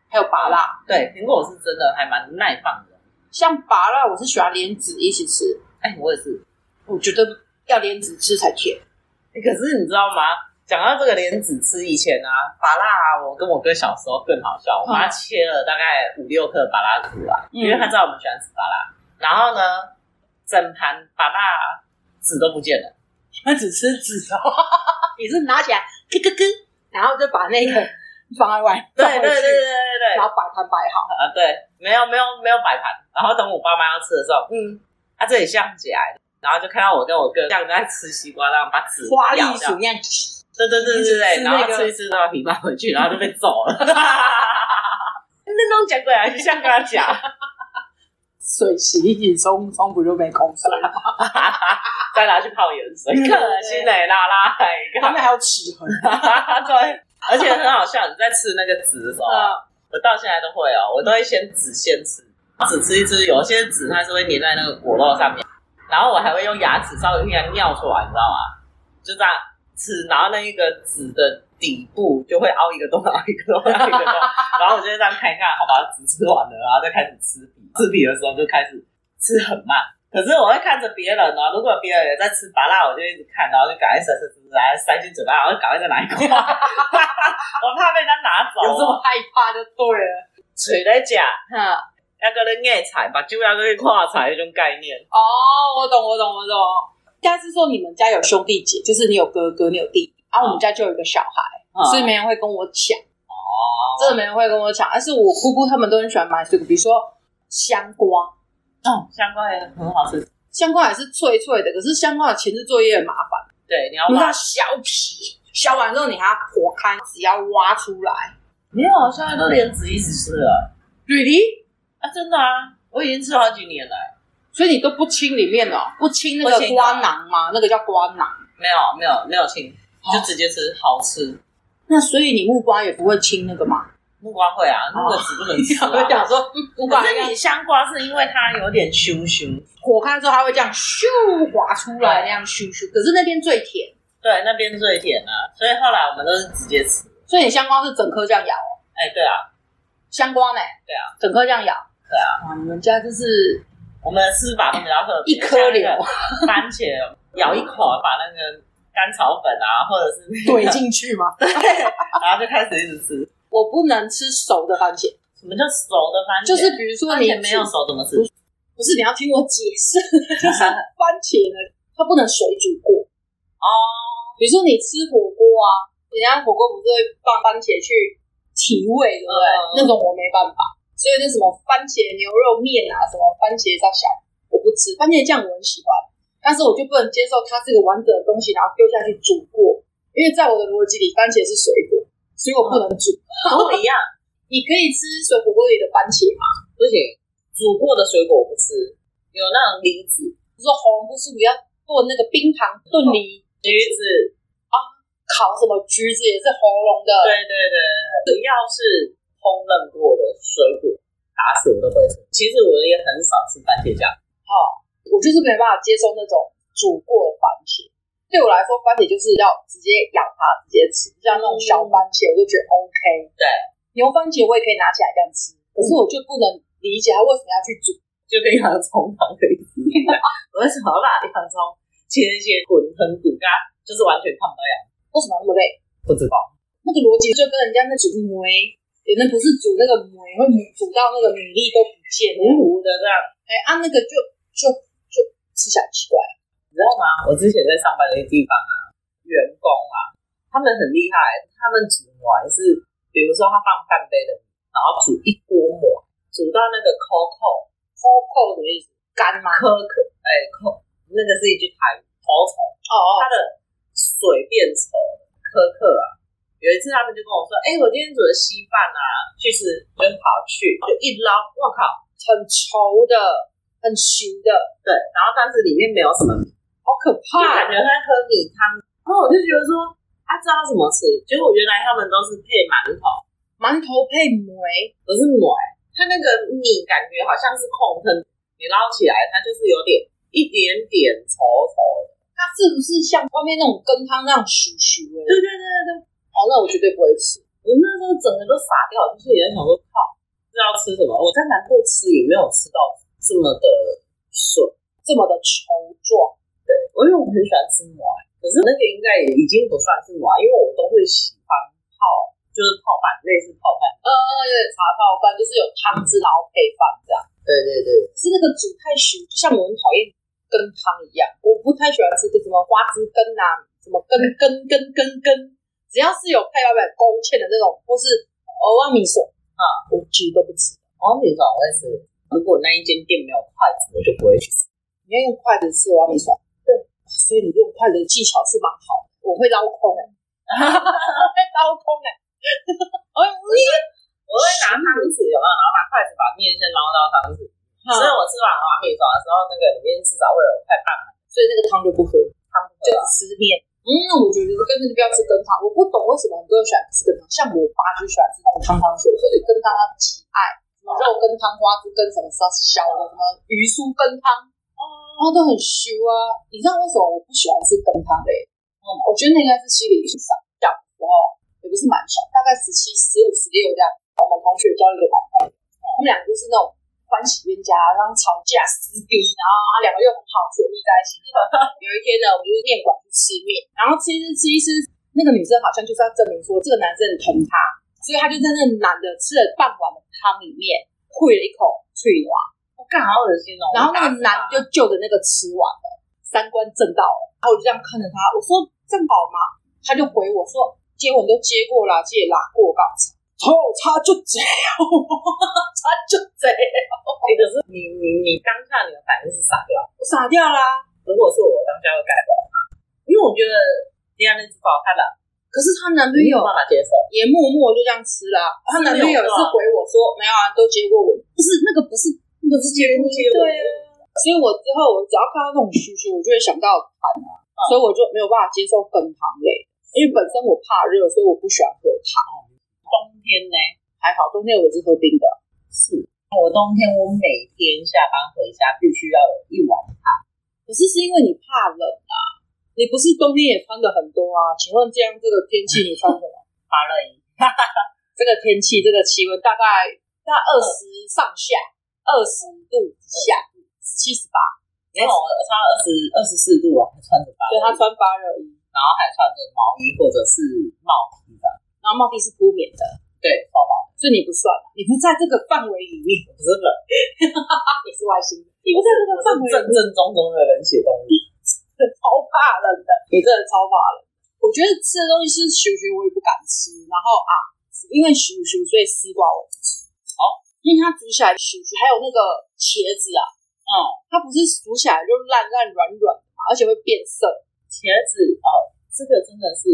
[SPEAKER 3] 还有拔蜡。
[SPEAKER 2] 对，苹果是真的还蛮耐放的。
[SPEAKER 3] 像拔蜡，我是喜欢莲子一起吃，
[SPEAKER 2] 哎，我也是。
[SPEAKER 3] 我觉得要莲子吃才甜。
[SPEAKER 2] 欸 可是你知道吗？讲到这个莲子吃，以前啊，拔辣啊、我跟我哥小时候更好笑，我妈
[SPEAKER 3] 嗯
[SPEAKER 2] 切了大概五六颗拔辣出来，啊因为她知道我们喜欢吃拔辣。然后呢，整盘拔辣籽都不见了，
[SPEAKER 3] 那只吃籽哦，你是拿起来咯咯咯，然后就把那个放在外，
[SPEAKER 2] 对
[SPEAKER 3] 放
[SPEAKER 2] 对
[SPEAKER 3] 回
[SPEAKER 2] 对
[SPEAKER 3] 去
[SPEAKER 2] 对对对
[SPEAKER 3] 然，后摆盘摆好。
[SPEAKER 2] 啊对，没有没有没有摆盘。然后等我爸妈要吃的时候，嗯，啊这里像起来，然后就看到我跟我哥像在吃西瓜那样把籽
[SPEAKER 3] 花栗
[SPEAKER 2] 咬掉
[SPEAKER 3] 鼠那样，
[SPEAKER 2] 对对对对
[SPEAKER 3] 一直吃
[SPEAKER 2] 对，然
[SPEAKER 3] 那
[SPEAKER 2] 后
[SPEAKER 3] 个
[SPEAKER 2] 吃一吃都要皮包回去，然后就被揍了。 那种讲鬼还是像跟他讲，
[SPEAKER 3] 水洗一洗冲冲不就没空水了？
[SPEAKER 2] 再拿去泡盐水，可惜嘞，拉拉海
[SPEAKER 3] 他们还有齿痕。
[SPEAKER 2] 对，而且很好笑，你在吃那个籽的时候，
[SPEAKER 3] 呃，
[SPEAKER 2] 我到现在都会哦，我都会先籽先吃，籽吃一吃，有些籽它是会粘在那个果肉上面，然后我还会用牙齿稍微给它尿出来，你知道吗？就这样吃，然后那一个籽的底部就会凹一个洞，凹一个洞，凹一个洞，然后我就会这样看一看，好吧，籽吃完了，然后再开始吃皮，吃皮的时候就开始吃很慢。可是我会看着别人哦，如果别人也在吃麻辣，我就一直看，然后就赶快塞塞塞塞，然后塞进嘴巴，然后赶快再拿一口， 我怕被人家拿走。
[SPEAKER 3] 有这么害怕就对了。
[SPEAKER 2] 嘴在讲，
[SPEAKER 3] 嗯，
[SPEAKER 2] 要搁咧眼菜，目睭要搁咧看菜迄种概念。
[SPEAKER 3] 哦，我懂，我懂，我懂。应该是说你们家有兄弟姐，就是你有哥哥，你有弟弟，然后我们家就有一个小孩，所以没人会跟我抢，
[SPEAKER 2] 嗯哦，
[SPEAKER 3] 真的没人会跟我抢。但是我姑姑他们都很喜欢买水果，比如说香瓜，
[SPEAKER 2] 哦，香瓜也很好吃。
[SPEAKER 3] 香瓜也是脆脆的，可是香瓜的前置作业很麻烦，
[SPEAKER 2] 对，你要
[SPEAKER 3] 你把
[SPEAKER 2] 挖
[SPEAKER 3] 它削皮，削完之后你还要剖开，只要挖出来。
[SPEAKER 2] 没有，现在都连籽一起吃了
[SPEAKER 3] Really？
[SPEAKER 2] 啊！真的啊，我已经吃好几年了。
[SPEAKER 3] 所以你都不清里面哦，不清那
[SPEAKER 2] 不
[SPEAKER 3] 个
[SPEAKER 2] 清
[SPEAKER 3] 瓜囊吗？那个叫瓜囊。
[SPEAKER 2] 没有，没哦有，没有清，就直接吃，好吃。
[SPEAKER 3] 那所以你木瓜也不会清那个吗？
[SPEAKER 2] 木瓜会啊，那个籽不能 吃、啊。
[SPEAKER 3] 我想说，嗯木瓜
[SPEAKER 2] 可是你香瓜是因为它有点羞羞，
[SPEAKER 3] 火开之后，它会这样咻滑出来，那样咻咻。可是那边最甜，
[SPEAKER 2] 对，那边最甜啊，所以后来我们都是直接吃。
[SPEAKER 3] 所以你香瓜是整颗这样咬哦，
[SPEAKER 2] 哎、对啊，
[SPEAKER 3] 香瓜呢？
[SPEAKER 2] 对啊，
[SPEAKER 3] 整颗这样咬。
[SPEAKER 2] 对
[SPEAKER 3] 啊，哇，你们家就是
[SPEAKER 2] 我们的吃法都比较特别，
[SPEAKER 3] 一颗
[SPEAKER 2] 像
[SPEAKER 3] 柳
[SPEAKER 2] 那个 番茄咬一口，把那个甘草粉啊，或者是那个
[SPEAKER 3] 怼，进去吗？
[SPEAKER 2] 然后就开始一直吃。
[SPEAKER 3] 我不能吃熟的番茄，
[SPEAKER 2] 什么叫熟的番茄？
[SPEAKER 3] 就是比如说
[SPEAKER 2] 番
[SPEAKER 3] 你
[SPEAKER 2] 茄没有
[SPEAKER 3] 煮
[SPEAKER 2] 熟怎么吃？
[SPEAKER 3] 不是你要听我解释，就是 番茄呢，它不能水煮过哦。比如说你吃火锅啊，人家火锅不是会放番茄去提味，对不对？
[SPEAKER 2] 嗯
[SPEAKER 3] 那种我没办法，所以那什么番茄牛肉面啊，什么番茄沙小，我不吃。番茄酱我很喜欢，但是我就不能接受它是个完整的东西，然后丢下去煮过，因为在我的逻辑里，番茄是水果，所以我不能煮。
[SPEAKER 2] 跟我一样，嗯
[SPEAKER 3] 你可以吃水火锅里的番茄吗？
[SPEAKER 2] 不行，煮过的水果我不吃，有那种梨子、
[SPEAKER 3] 比如说喉咙不舒服要炖那个冰糖炖
[SPEAKER 2] 嗯
[SPEAKER 3] 梨。
[SPEAKER 2] 橘子，
[SPEAKER 3] 烤什么橘子也是喉咙的，
[SPEAKER 2] 对对对，只要是烹饪过的水果，打死我都不会吃。其实我也很少吃番茄酱，
[SPEAKER 3] 我就是没办法接受那种煮过的番茄。对我来说，番茄就是要直接咬它，直接吃，像那种小番茄，我就觉得 OK。
[SPEAKER 2] 嗯对，
[SPEAKER 3] 牛番茄我也可以拿起来这样吃，可是我就不能理解它为什么要去煮。
[SPEAKER 2] 就跟洋葱汤可以吃一样。 我为什么要把洋葱切一些滚成骨干？就是完全看不到洋葱，
[SPEAKER 3] 为什么要那么累？
[SPEAKER 2] 不知道。
[SPEAKER 3] 那个逻辑就跟人家那煮梅，也那不是煮那个梅，会煮到那个米粒都不见了。
[SPEAKER 2] 糊糊的这样，
[SPEAKER 3] 哎、啊，那个就就就吃起来很奇怪。
[SPEAKER 2] 你知道吗？我之前在上班的地方啊，员工啊，他们很厉害，他们煮馍也是，比如说他放半杯的米，然后煮一锅馍，煮到那个 COCO
[SPEAKER 3] Coco 什么意思？干吗？
[SPEAKER 2] 可可，哎、可那个是一句台语，稠稠，
[SPEAKER 3] 哦哦
[SPEAKER 2] 它的水变稠，可可啊。有一次他们就跟我说，哎、我今天煮的稀饭啊，去吃，我就跑去，就一捞，我靠，
[SPEAKER 3] 很稠的，很熟的，
[SPEAKER 2] 对，然后但是里面没有什么米，
[SPEAKER 3] 好可
[SPEAKER 2] 就感
[SPEAKER 3] 怕
[SPEAKER 2] 觉在喝米汤。然后我就觉得说，啊，知道怎么吃？结果原来他们都是配馒头，
[SPEAKER 3] 馒头配梅，
[SPEAKER 2] 不是馍、它那个米感觉好像是空坑，你捞起来它就是有点一点点稠稠的。
[SPEAKER 3] 它是不是像外面那种羹汤那样熟熟的？
[SPEAKER 2] 对对对对对，
[SPEAKER 3] 哦，那我绝对不会吃。
[SPEAKER 2] 我那时候整个都傻掉，就是也在想说，靠，不知道吃什么。我在南部吃也没有吃到这么的顺。
[SPEAKER 3] 这么的稠状，
[SPEAKER 2] 对，我因为我很喜欢吃馍，可是那个应该也已经不算是馍，因为我都会喜欢泡，就是泡饭，类似泡饭。
[SPEAKER 3] 呃，有点茶泡饭，就是有汤汁然后配饭这样。
[SPEAKER 2] 对对对，
[SPEAKER 3] 可是那个煮太熟，就像我很讨厌羹汤一样，我不太喜欢吃这什么花枝羹啊，什么羹羹羹羹羹，只要是有配外面勾芡的那种，或是鹅啊米索啊，我绝都不吃。
[SPEAKER 2] 黄哦米爽我也是，如果那一间店没有筷子，我就不会去吃。
[SPEAKER 3] 你要用筷子吃挖米爽，对，所以你用筷子的技巧是蛮好的。我会捞空 哎、我会捞空哎、我会
[SPEAKER 2] 哦我会拿汤匙，有没有？然后拿筷子把面先捞到汤匙。所以我吃完黄米爽的时候，那个里面至少会有快半碗
[SPEAKER 3] 所以那个汤就不喝，
[SPEAKER 2] 汤
[SPEAKER 3] 就只吃面。嗯，我觉得根本就不要吃羹汤。我不懂为什么很多人喜欢吃羹汤，像我爸就喜欢吃那种汤汤水水的羹汤，他极爱什么肉羹汤、花枝羹什么烧小的，什么鱼酥羹汤，然后哦都很羞啊。你知道为什么我不喜欢吃羹汤嘞？嗯，我觉得那应该是心理上小时候也不是蛮小，大概十七、十五、十六这样。我们同学交了一个男朋友，他们两个就是那种欢喜冤家，然后吵架撕逼，然后啊两个又很好，甜蜜在一起那种。有一天呢，我们就是面馆去吃面，然后吃一吃吃一吃，那个女生好像就是要证明说这个男生很疼她，所以她就在那个男的吃了半碗的汤里面，啐了一口翠娃，
[SPEAKER 2] 我干好恶心哦！
[SPEAKER 3] 然后那个男就就着那个吃完了，三观正到了，然后我就这样看着他，我说正好吗？他就回我说接吻都接过啦，接拉过告诉我差就这样， 差就这样，
[SPEAKER 2] 哎，可是你你你当下你的反应是傻掉。
[SPEAKER 3] 我傻掉啦、
[SPEAKER 2] 如果是我，我当下会改变，因为我觉得第二那只不好看了，
[SPEAKER 3] 可是她男朋
[SPEAKER 2] 没
[SPEAKER 3] 友
[SPEAKER 2] 有办法接受。
[SPEAKER 3] 也默默就这样吃啦、她男朋友也是回我说没有啊，都接过吻，不是那个不是那个是接
[SPEAKER 2] 不接吻
[SPEAKER 3] 对啊。所以我之后我只要看到这种嘘嘘，我就会想到痰啊，所以我就没有办法接受羹汤类，因为本身我怕热，所以我不喜欢喝汤。
[SPEAKER 2] 冬天呢，还
[SPEAKER 3] 啊，
[SPEAKER 2] 好冬天我也是喝冰的。是我冬天我每天下班回家必须要有一碗
[SPEAKER 3] 可是是因为你怕冷啊，你不是冬天也穿的很多啊？请问这样这个天气你穿什么？
[SPEAKER 2] 发热饮。
[SPEAKER 3] 这个天气这个气温大概大概二十上下，二十度以下，十七十八，
[SPEAKER 2] 没有，我穿二十二十四度啊，还穿着发热
[SPEAKER 3] 对
[SPEAKER 2] 衣，
[SPEAKER 3] 他穿发热衣，
[SPEAKER 2] 然后还穿着毛衣或者是帽皮的，
[SPEAKER 3] 然后帽地是铺棉的，
[SPEAKER 2] 对，双毛。
[SPEAKER 3] 所以你不算，啊你不在这个范围里面，
[SPEAKER 2] 不是冷，
[SPEAKER 3] 你是外星人，你不在这个范围
[SPEAKER 2] 正
[SPEAKER 3] 里面，
[SPEAKER 2] 正宗宗的冷血动物。
[SPEAKER 3] 超怕冷的，你真的超怕冷。我觉得吃的东西是咻咻，我也不敢吃。然后啊，因为咻咻，所以丝瓜我不吃。
[SPEAKER 2] 哦，
[SPEAKER 3] 因为它煮起来咻咻，还有那个茄子啊，
[SPEAKER 2] 嗯，
[SPEAKER 3] 它不是煮起来就烂烂软软的嘛，而且会变色。
[SPEAKER 2] 茄子哦，这个真的是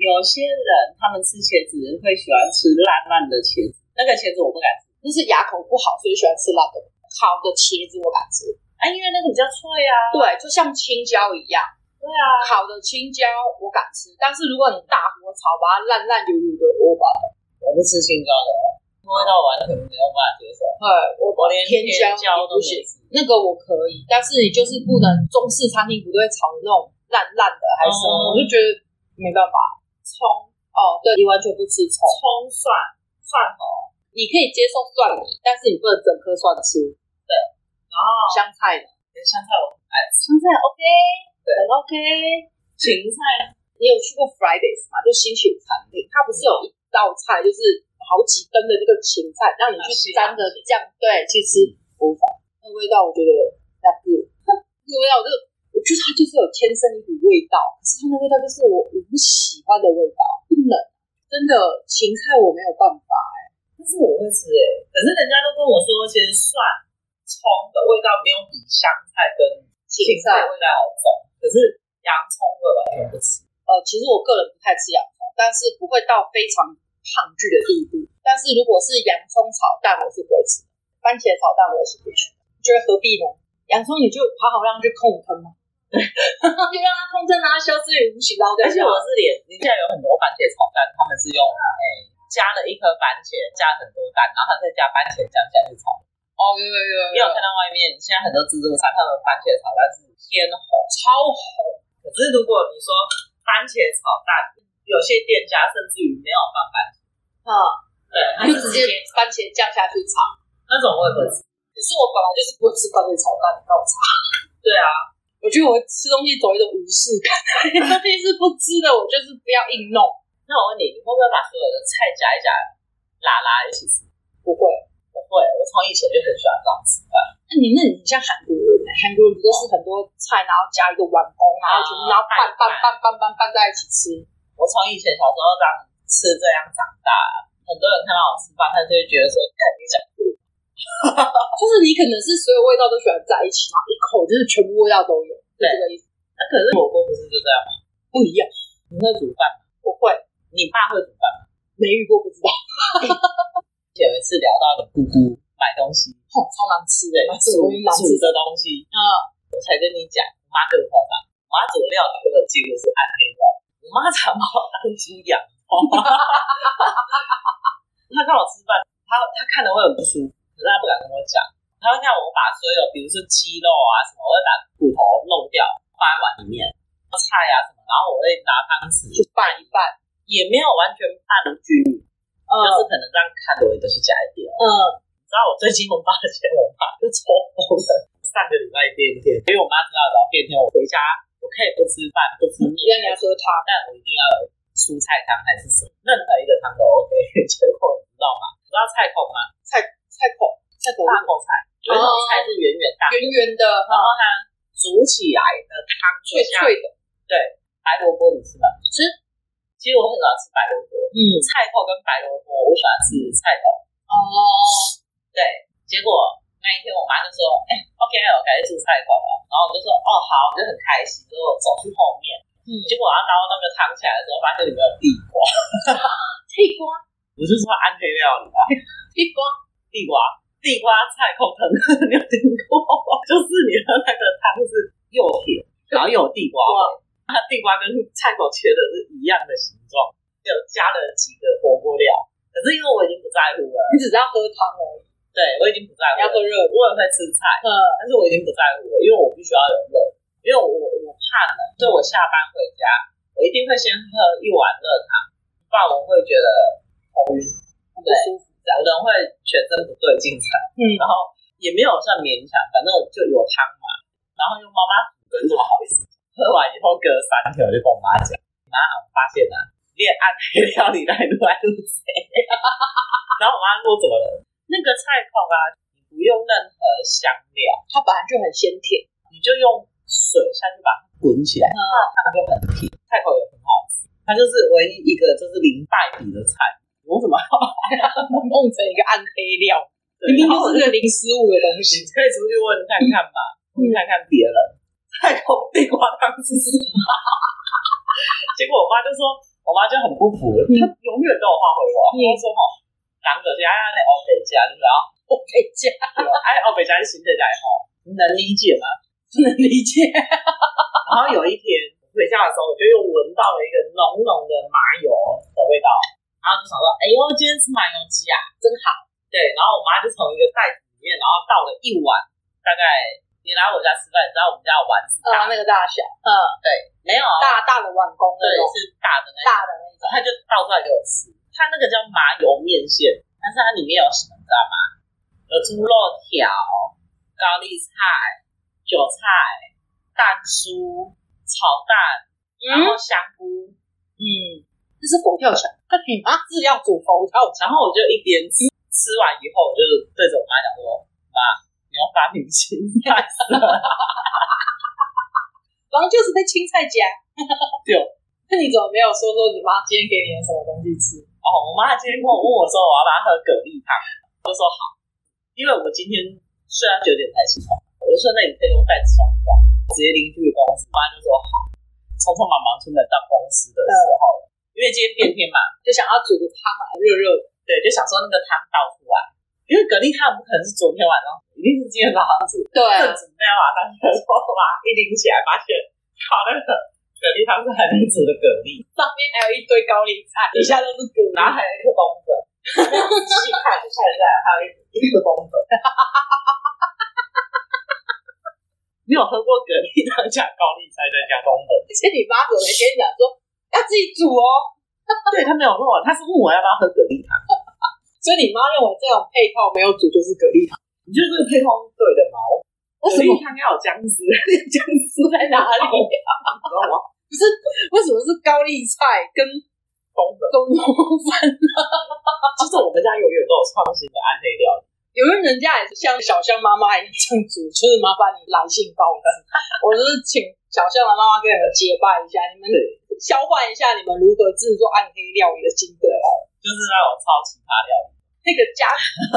[SPEAKER 2] 有些人他们吃茄子会喜欢吃烂烂的茄子，那个茄子我不敢吃，
[SPEAKER 3] 就是牙口不好，所以喜欢吃辣的。烤的茄子我敢吃，
[SPEAKER 2] 啊，因为那个比较脆啊。
[SPEAKER 3] 对，就像青椒一样，
[SPEAKER 2] 对啊，
[SPEAKER 3] 烤的青椒我敢吃，但是如果你大火炒，把它烂烂油油的，我把它，
[SPEAKER 2] 我不吃青椒的，啊味道完全没有办法接受。
[SPEAKER 3] 对，我
[SPEAKER 2] 我连
[SPEAKER 3] 甜椒
[SPEAKER 2] 椒
[SPEAKER 3] 也
[SPEAKER 2] 都
[SPEAKER 3] 不
[SPEAKER 2] 没
[SPEAKER 3] 行，
[SPEAKER 2] 吃，
[SPEAKER 3] 那个我可以，但是你就是不能中式餐厅不都会炒的那种烂烂的还是什么，
[SPEAKER 2] 哦
[SPEAKER 3] 我就觉得没办法。葱哦，对你完全不吃葱，
[SPEAKER 2] 葱蒜蒜头，
[SPEAKER 3] 你可以接受蒜泥，但是你不能整颗蒜吃。对，
[SPEAKER 2] 然后
[SPEAKER 3] 香菜呢？
[SPEAKER 2] 香菜我不爱吃，
[SPEAKER 3] 香菜 OK，
[SPEAKER 2] 对
[SPEAKER 3] 很 OK。
[SPEAKER 2] 芹菜
[SPEAKER 3] 你有去过 Fridays 吗？就星期五餐厅，它不是有一道菜就是好几根的那个芹菜，让你去沾着酱，对，去吃无法。那味道我觉得那个 那个味道，我就我觉得它就是有天生一股味道，可是它的味道就是我我不喜欢的味道，不能真的芹菜我没有办法，
[SPEAKER 2] 但是我会吃哎、可是人家都跟我说，其实蒜、葱的味道没有比香菜跟芹
[SPEAKER 3] 芹
[SPEAKER 2] 菜
[SPEAKER 3] 菜
[SPEAKER 2] 味道好重，可是洋葱我完全不吃。
[SPEAKER 3] 呃，其实我个人不太吃洋葱，但是不会到非常抗拒的地步。但是如果是洋葱炒蛋，我是不会吃的；番茄炒蛋我也是不吃的。觉得何必呢？洋葱你就好好让它去控坑嘛，对， 就让它控坑，让它消失于无形，然后
[SPEAKER 2] 而
[SPEAKER 3] 再
[SPEAKER 2] 且我是连，你现在有很多番茄炒蛋，他们是用哎、加了一颗番茄，加了很多蛋，然后再加番茄酱下去炒。
[SPEAKER 3] 哦，有有有
[SPEAKER 2] 你有看到外面现在很多自助餐，他们番茄炒蛋是偏红，超红。可是如果你说番茄炒蛋，有些店家甚至于没有放番茄，
[SPEAKER 3] 啊，
[SPEAKER 2] 对，
[SPEAKER 3] 它就直接番茄酱下去炒。
[SPEAKER 2] 那种我也不会吃。
[SPEAKER 3] 可是我本来就是不会吃番茄炒蛋，你告 诉我，
[SPEAKER 2] 对啊，
[SPEAKER 3] 我觉得我吃东西走一种仪式感， 东西是不吃的，我就是不要硬弄，
[SPEAKER 2] 那我问你，你会不会把所有的菜夹一夹，拉拉一起吃？
[SPEAKER 3] 不会。
[SPEAKER 2] 我会，我从以前就很喜欢这样吃饭。
[SPEAKER 3] 那你那你像韩国人欸，韩国人不都是很多菜，然后加一个碗公，然后全部然后拌啊拌拌拌拌拌在一起吃，
[SPEAKER 2] 我从以前小时候这样吃这样长大，很多人看到我吃饭，他就会觉得说，看你讲
[SPEAKER 3] 就是你可能是所有味道都喜欢在一起，然后一口就是全部味道都有，是
[SPEAKER 2] 对
[SPEAKER 3] 这个意思
[SPEAKER 2] 那、可是火锅不是就这样吗？
[SPEAKER 3] 不一样。
[SPEAKER 2] 你会煮饭吗？
[SPEAKER 3] 我会
[SPEAKER 2] 你爸会煮饭吗？
[SPEAKER 3] 没遇过不知道，
[SPEAKER 2] 有一次聊到你姑姑买东西，
[SPEAKER 3] 哦，超难吃的
[SPEAKER 2] 对，，
[SPEAKER 3] 是
[SPEAKER 2] 煮
[SPEAKER 3] 我遇难
[SPEAKER 2] 煮
[SPEAKER 3] 吃
[SPEAKER 2] 的东西，
[SPEAKER 3] 嗯，
[SPEAKER 2] 我才跟你讲，我妈更夸张，我妈煮料理根本几乎是暗黑的，我妈常把我当猪养。 她看我吃饭，她她看的会很不舒服，可是她不敢跟我讲，她会看我把所有，比如说鸡肉啊什么，我会把骨头弄掉放在碗里面，菜啊什么，然后我会拿汤匙
[SPEAKER 3] 去拌一拌，
[SPEAKER 2] 也没有完全拌均匀，
[SPEAKER 3] 嗯
[SPEAKER 2] 就是可能这样看的我也都是加一点。
[SPEAKER 3] 嗯，
[SPEAKER 2] 你知道我最近我发现我妈就抽风了，上个礼拜变天，因为我妈知道只要变天，我回家我可以不吃饭不吃面，
[SPEAKER 3] 让你要喝汤，
[SPEAKER 2] 但我一定要有蔬菜汤还是什么，任何一个汤都 OK。结果你知道吗？你知道菜口吗？
[SPEAKER 3] 菜口菜口
[SPEAKER 2] 大口菜，有一种菜是圆圆大，
[SPEAKER 3] 圆圆的，
[SPEAKER 2] 然后它煮起来的汤就
[SPEAKER 3] 脆
[SPEAKER 2] 像
[SPEAKER 3] 脆的，
[SPEAKER 2] 白萝卜，你吃吗？
[SPEAKER 3] 吃。
[SPEAKER 2] 其实我很少吃白萝卜，
[SPEAKER 3] 嗯，
[SPEAKER 2] 菜头跟白萝卜，我喜欢吃菜头。
[SPEAKER 3] 哦，
[SPEAKER 2] 对，结果那一天我妈就说：“哎、o k 我开始煮菜头了。”然后我就说：“哦，好。”我就很开心，就走去后面。
[SPEAKER 3] 嗯，
[SPEAKER 2] 结果我要捞那个汤起来的时候，发现里面有地瓜。
[SPEAKER 3] 地瓜
[SPEAKER 2] 我就说安培料理啊，
[SPEAKER 3] 地瓜，
[SPEAKER 2] 地瓜、地瓜菜扣藤， 你有听过吗？ 就是你的那个汤是又甜，然后又有地瓜味。它地瓜跟菜口切的是一样的形状，有加了几个火锅料。可是因为我已经不在在乎了。
[SPEAKER 3] 你只知道喝汤而已，
[SPEAKER 2] 对我已经不在
[SPEAKER 3] 要
[SPEAKER 2] 乎了。
[SPEAKER 3] 喝热的。
[SPEAKER 2] 我也会吃菜，
[SPEAKER 3] 呃，
[SPEAKER 2] 但是我已经不在乎了，因为我必须要有热，因为我我怕冷，所以我下班回家，我一定会先喝一碗热汤，不然我会觉得头晕，对，我人会全身不对劲才，
[SPEAKER 3] 嗯
[SPEAKER 2] 然后也没有算勉强，反正我就有汤嘛，然后用妈妈煮的，不好意思，喝完以后隔三天我就跟我妈讲，妈，我发现啊，恋爱配 料理来录来录谁， 然后我妈说怎么了？那个菜口啊，你不用任何香料。
[SPEAKER 3] 它本来就很鲜甜，
[SPEAKER 2] 你就用水下去把它滚起来，那汤就很甜，菜口也很好吃。它就是唯一一个就是零败笔的菜。我怎么
[SPEAKER 3] 弄成一个暗黑料，
[SPEAKER 2] 对
[SPEAKER 3] 明明
[SPEAKER 2] 然后我
[SPEAKER 3] 就是个零失误的
[SPEAKER 2] 你
[SPEAKER 3] 东西。
[SPEAKER 2] 可以出去问看看吧，问看看别人菜口地瓜汤是什么。 结果我妈就说，我妈就很不服，她永远都有话回我，
[SPEAKER 3] 嗯
[SPEAKER 2] 她说吼，两个家那欧北家，你知道，
[SPEAKER 3] 我可以加，
[SPEAKER 2] 哎，欧北家是新的家吼，你能理解吗？
[SPEAKER 3] 能理解。
[SPEAKER 2] 然后有一天回家的时候，我就又闻到了一个浓浓的麻油的味道，然后就想说，哎呦，今天吃麻油鸡啊，真好。对，然后我妈就从一个袋子里面，然后倒了一碗，大概你来我家吃饭，你知道我们家的碗是
[SPEAKER 3] 啊，
[SPEAKER 2] 大，
[SPEAKER 3] 那个大小，嗯，
[SPEAKER 2] 没有啊
[SPEAKER 3] 大大的碗公
[SPEAKER 2] 对
[SPEAKER 3] 那，种，
[SPEAKER 2] 是大的那种，
[SPEAKER 3] 大的那种，
[SPEAKER 2] 她就倒出来给我吃。它那个叫麻油面线，但是它里面有什么你知道吗？有猪肉条、高丽菜、韭菜、蛋酥、炒蛋，然后香菇。
[SPEAKER 3] 嗯，这是佛跳墙，那你妈是要煮佛跳墙？
[SPEAKER 2] 然后我就一边吃，吃完以后我就对着我妈讲说：“妈，你要发明新菜色。
[SPEAKER 3] 然后就是被青菜夹
[SPEAKER 2] 对。
[SPEAKER 3] 那你怎么没有说说你妈今天给你的什么东西吃？”
[SPEAKER 2] 哦，我妈今天跟我问我说我要不要喝蛤蜊汤，我就说好，因为我今天虽然九点才起床，我就说那你可以用带子爽爽，直接拎去公司。我妈就说好，匆匆忙忙出门到公司的时候，因为今天变天嘛，
[SPEAKER 3] 就想要煮个汤来热热的，
[SPEAKER 2] 对，就想说那个汤倒出来，因为蛤蜊汤不可能是昨天晚上，一定是今天早上煮。
[SPEAKER 3] 对
[SPEAKER 2] 正准备要把它啊当成说把一拎起来，发现靠那个蛤蜊汤是还没煮的蛤蜊，
[SPEAKER 3] 上面还有一堆高丽菜，底下都是骨，
[SPEAKER 2] 然后还有一颗冬粉，细看就看出来还有一颗冬粉。 你有喝过蛤蜊汤加高丽菜再加冬粉？
[SPEAKER 3] 而且你妈怎么还跟你讲说要自己煮哦？
[SPEAKER 2] 对他没有问我，他是问我要不要喝蛤蜊汤。
[SPEAKER 3] 所以你妈认为这种配套没有煮就是蛤蜊汤，
[SPEAKER 2] 你觉得这个配方是对的吗？
[SPEAKER 3] 为
[SPEAKER 2] 蛤
[SPEAKER 3] 什
[SPEAKER 2] 蜊
[SPEAKER 3] 么
[SPEAKER 2] 汤要有姜 丝，姜丝在哪 里？你知道吗？
[SPEAKER 3] 为什么是高丽菜跟
[SPEAKER 2] 冬粉，
[SPEAKER 3] 中国饭？
[SPEAKER 2] 就是我们家永远都有创新的暗黑料理。
[SPEAKER 3] 有没有人家也是像小象妈妈一样煮？就是麻烦你来信告知，我就是请小象的妈妈跟你们结拜一下，你们交换一下你们如何制作暗黑料理的心得。
[SPEAKER 2] 就是那种超奇葩料理。
[SPEAKER 3] 那个加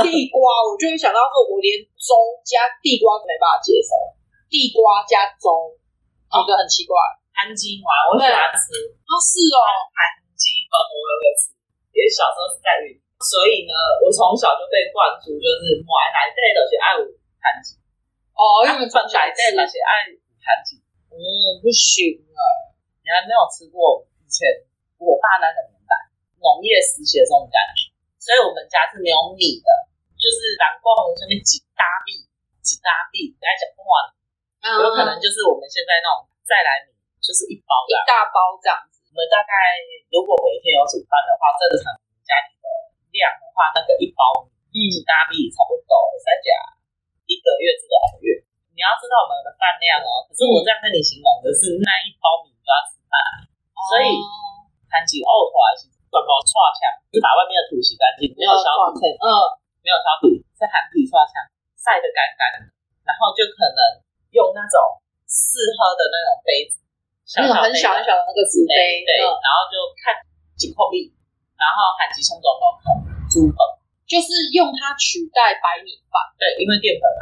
[SPEAKER 3] 地瓜，我就会想到说，我连粥加地瓜都没办法接受，地瓜加哦粥，
[SPEAKER 2] 哦
[SPEAKER 3] 我觉得很奇怪。
[SPEAKER 2] 安鸡丸我喜欢吃，
[SPEAKER 3] 哦，是哦，
[SPEAKER 2] 安鸡饭我也会吃，因为小时候是在云，所以呢，我从小就被灌输就是买奶带的是爱五盘鸡，
[SPEAKER 3] 哦，因为从小
[SPEAKER 2] 买带
[SPEAKER 3] 吃
[SPEAKER 2] 的，是爱五盘鸡。
[SPEAKER 3] 嗯，不行啊，
[SPEAKER 2] 你还没有吃过以前我爸那个年代农业时期的这种感觉，所以我们家是没有米的，就是南宫上面几大币几大币，你在讲话，有可能
[SPEAKER 3] 嗯
[SPEAKER 2] 就是我们现在那种再来米，就是一包
[SPEAKER 3] 一
[SPEAKER 2] 的。
[SPEAKER 3] 大包这样子，
[SPEAKER 2] 我们大概如果每天有煮饭的话，正常家里的量的话，那个一包
[SPEAKER 3] 嗯
[SPEAKER 2] 几大米差不多三甲一个月至两个月。你要知道我们的饭量哦，可是我这样跟你形容的是那一包米就要吃饭，所以
[SPEAKER 3] 哦
[SPEAKER 2] 含几呕吐还是什么刷枪，就把外面的土洗干净，没有消毒，
[SPEAKER 3] 嗯，
[SPEAKER 2] 没有消毒，是含皮刷枪晒得干干的，然后就可能用那种试喝的那种杯子，小小
[SPEAKER 3] 那种很
[SPEAKER 2] 杯
[SPEAKER 3] 小
[SPEAKER 2] 的
[SPEAKER 3] 很小的那个纸杯，
[SPEAKER 2] 对，
[SPEAKER 3] 嗯
[SPEAKER 2] 然后就看紧扣币，然后含几送中龙猪粉，
[SPEAKER 3] 就是用它取代白米饭。
[SPEAKER 2] 对，因为淀粉嘛，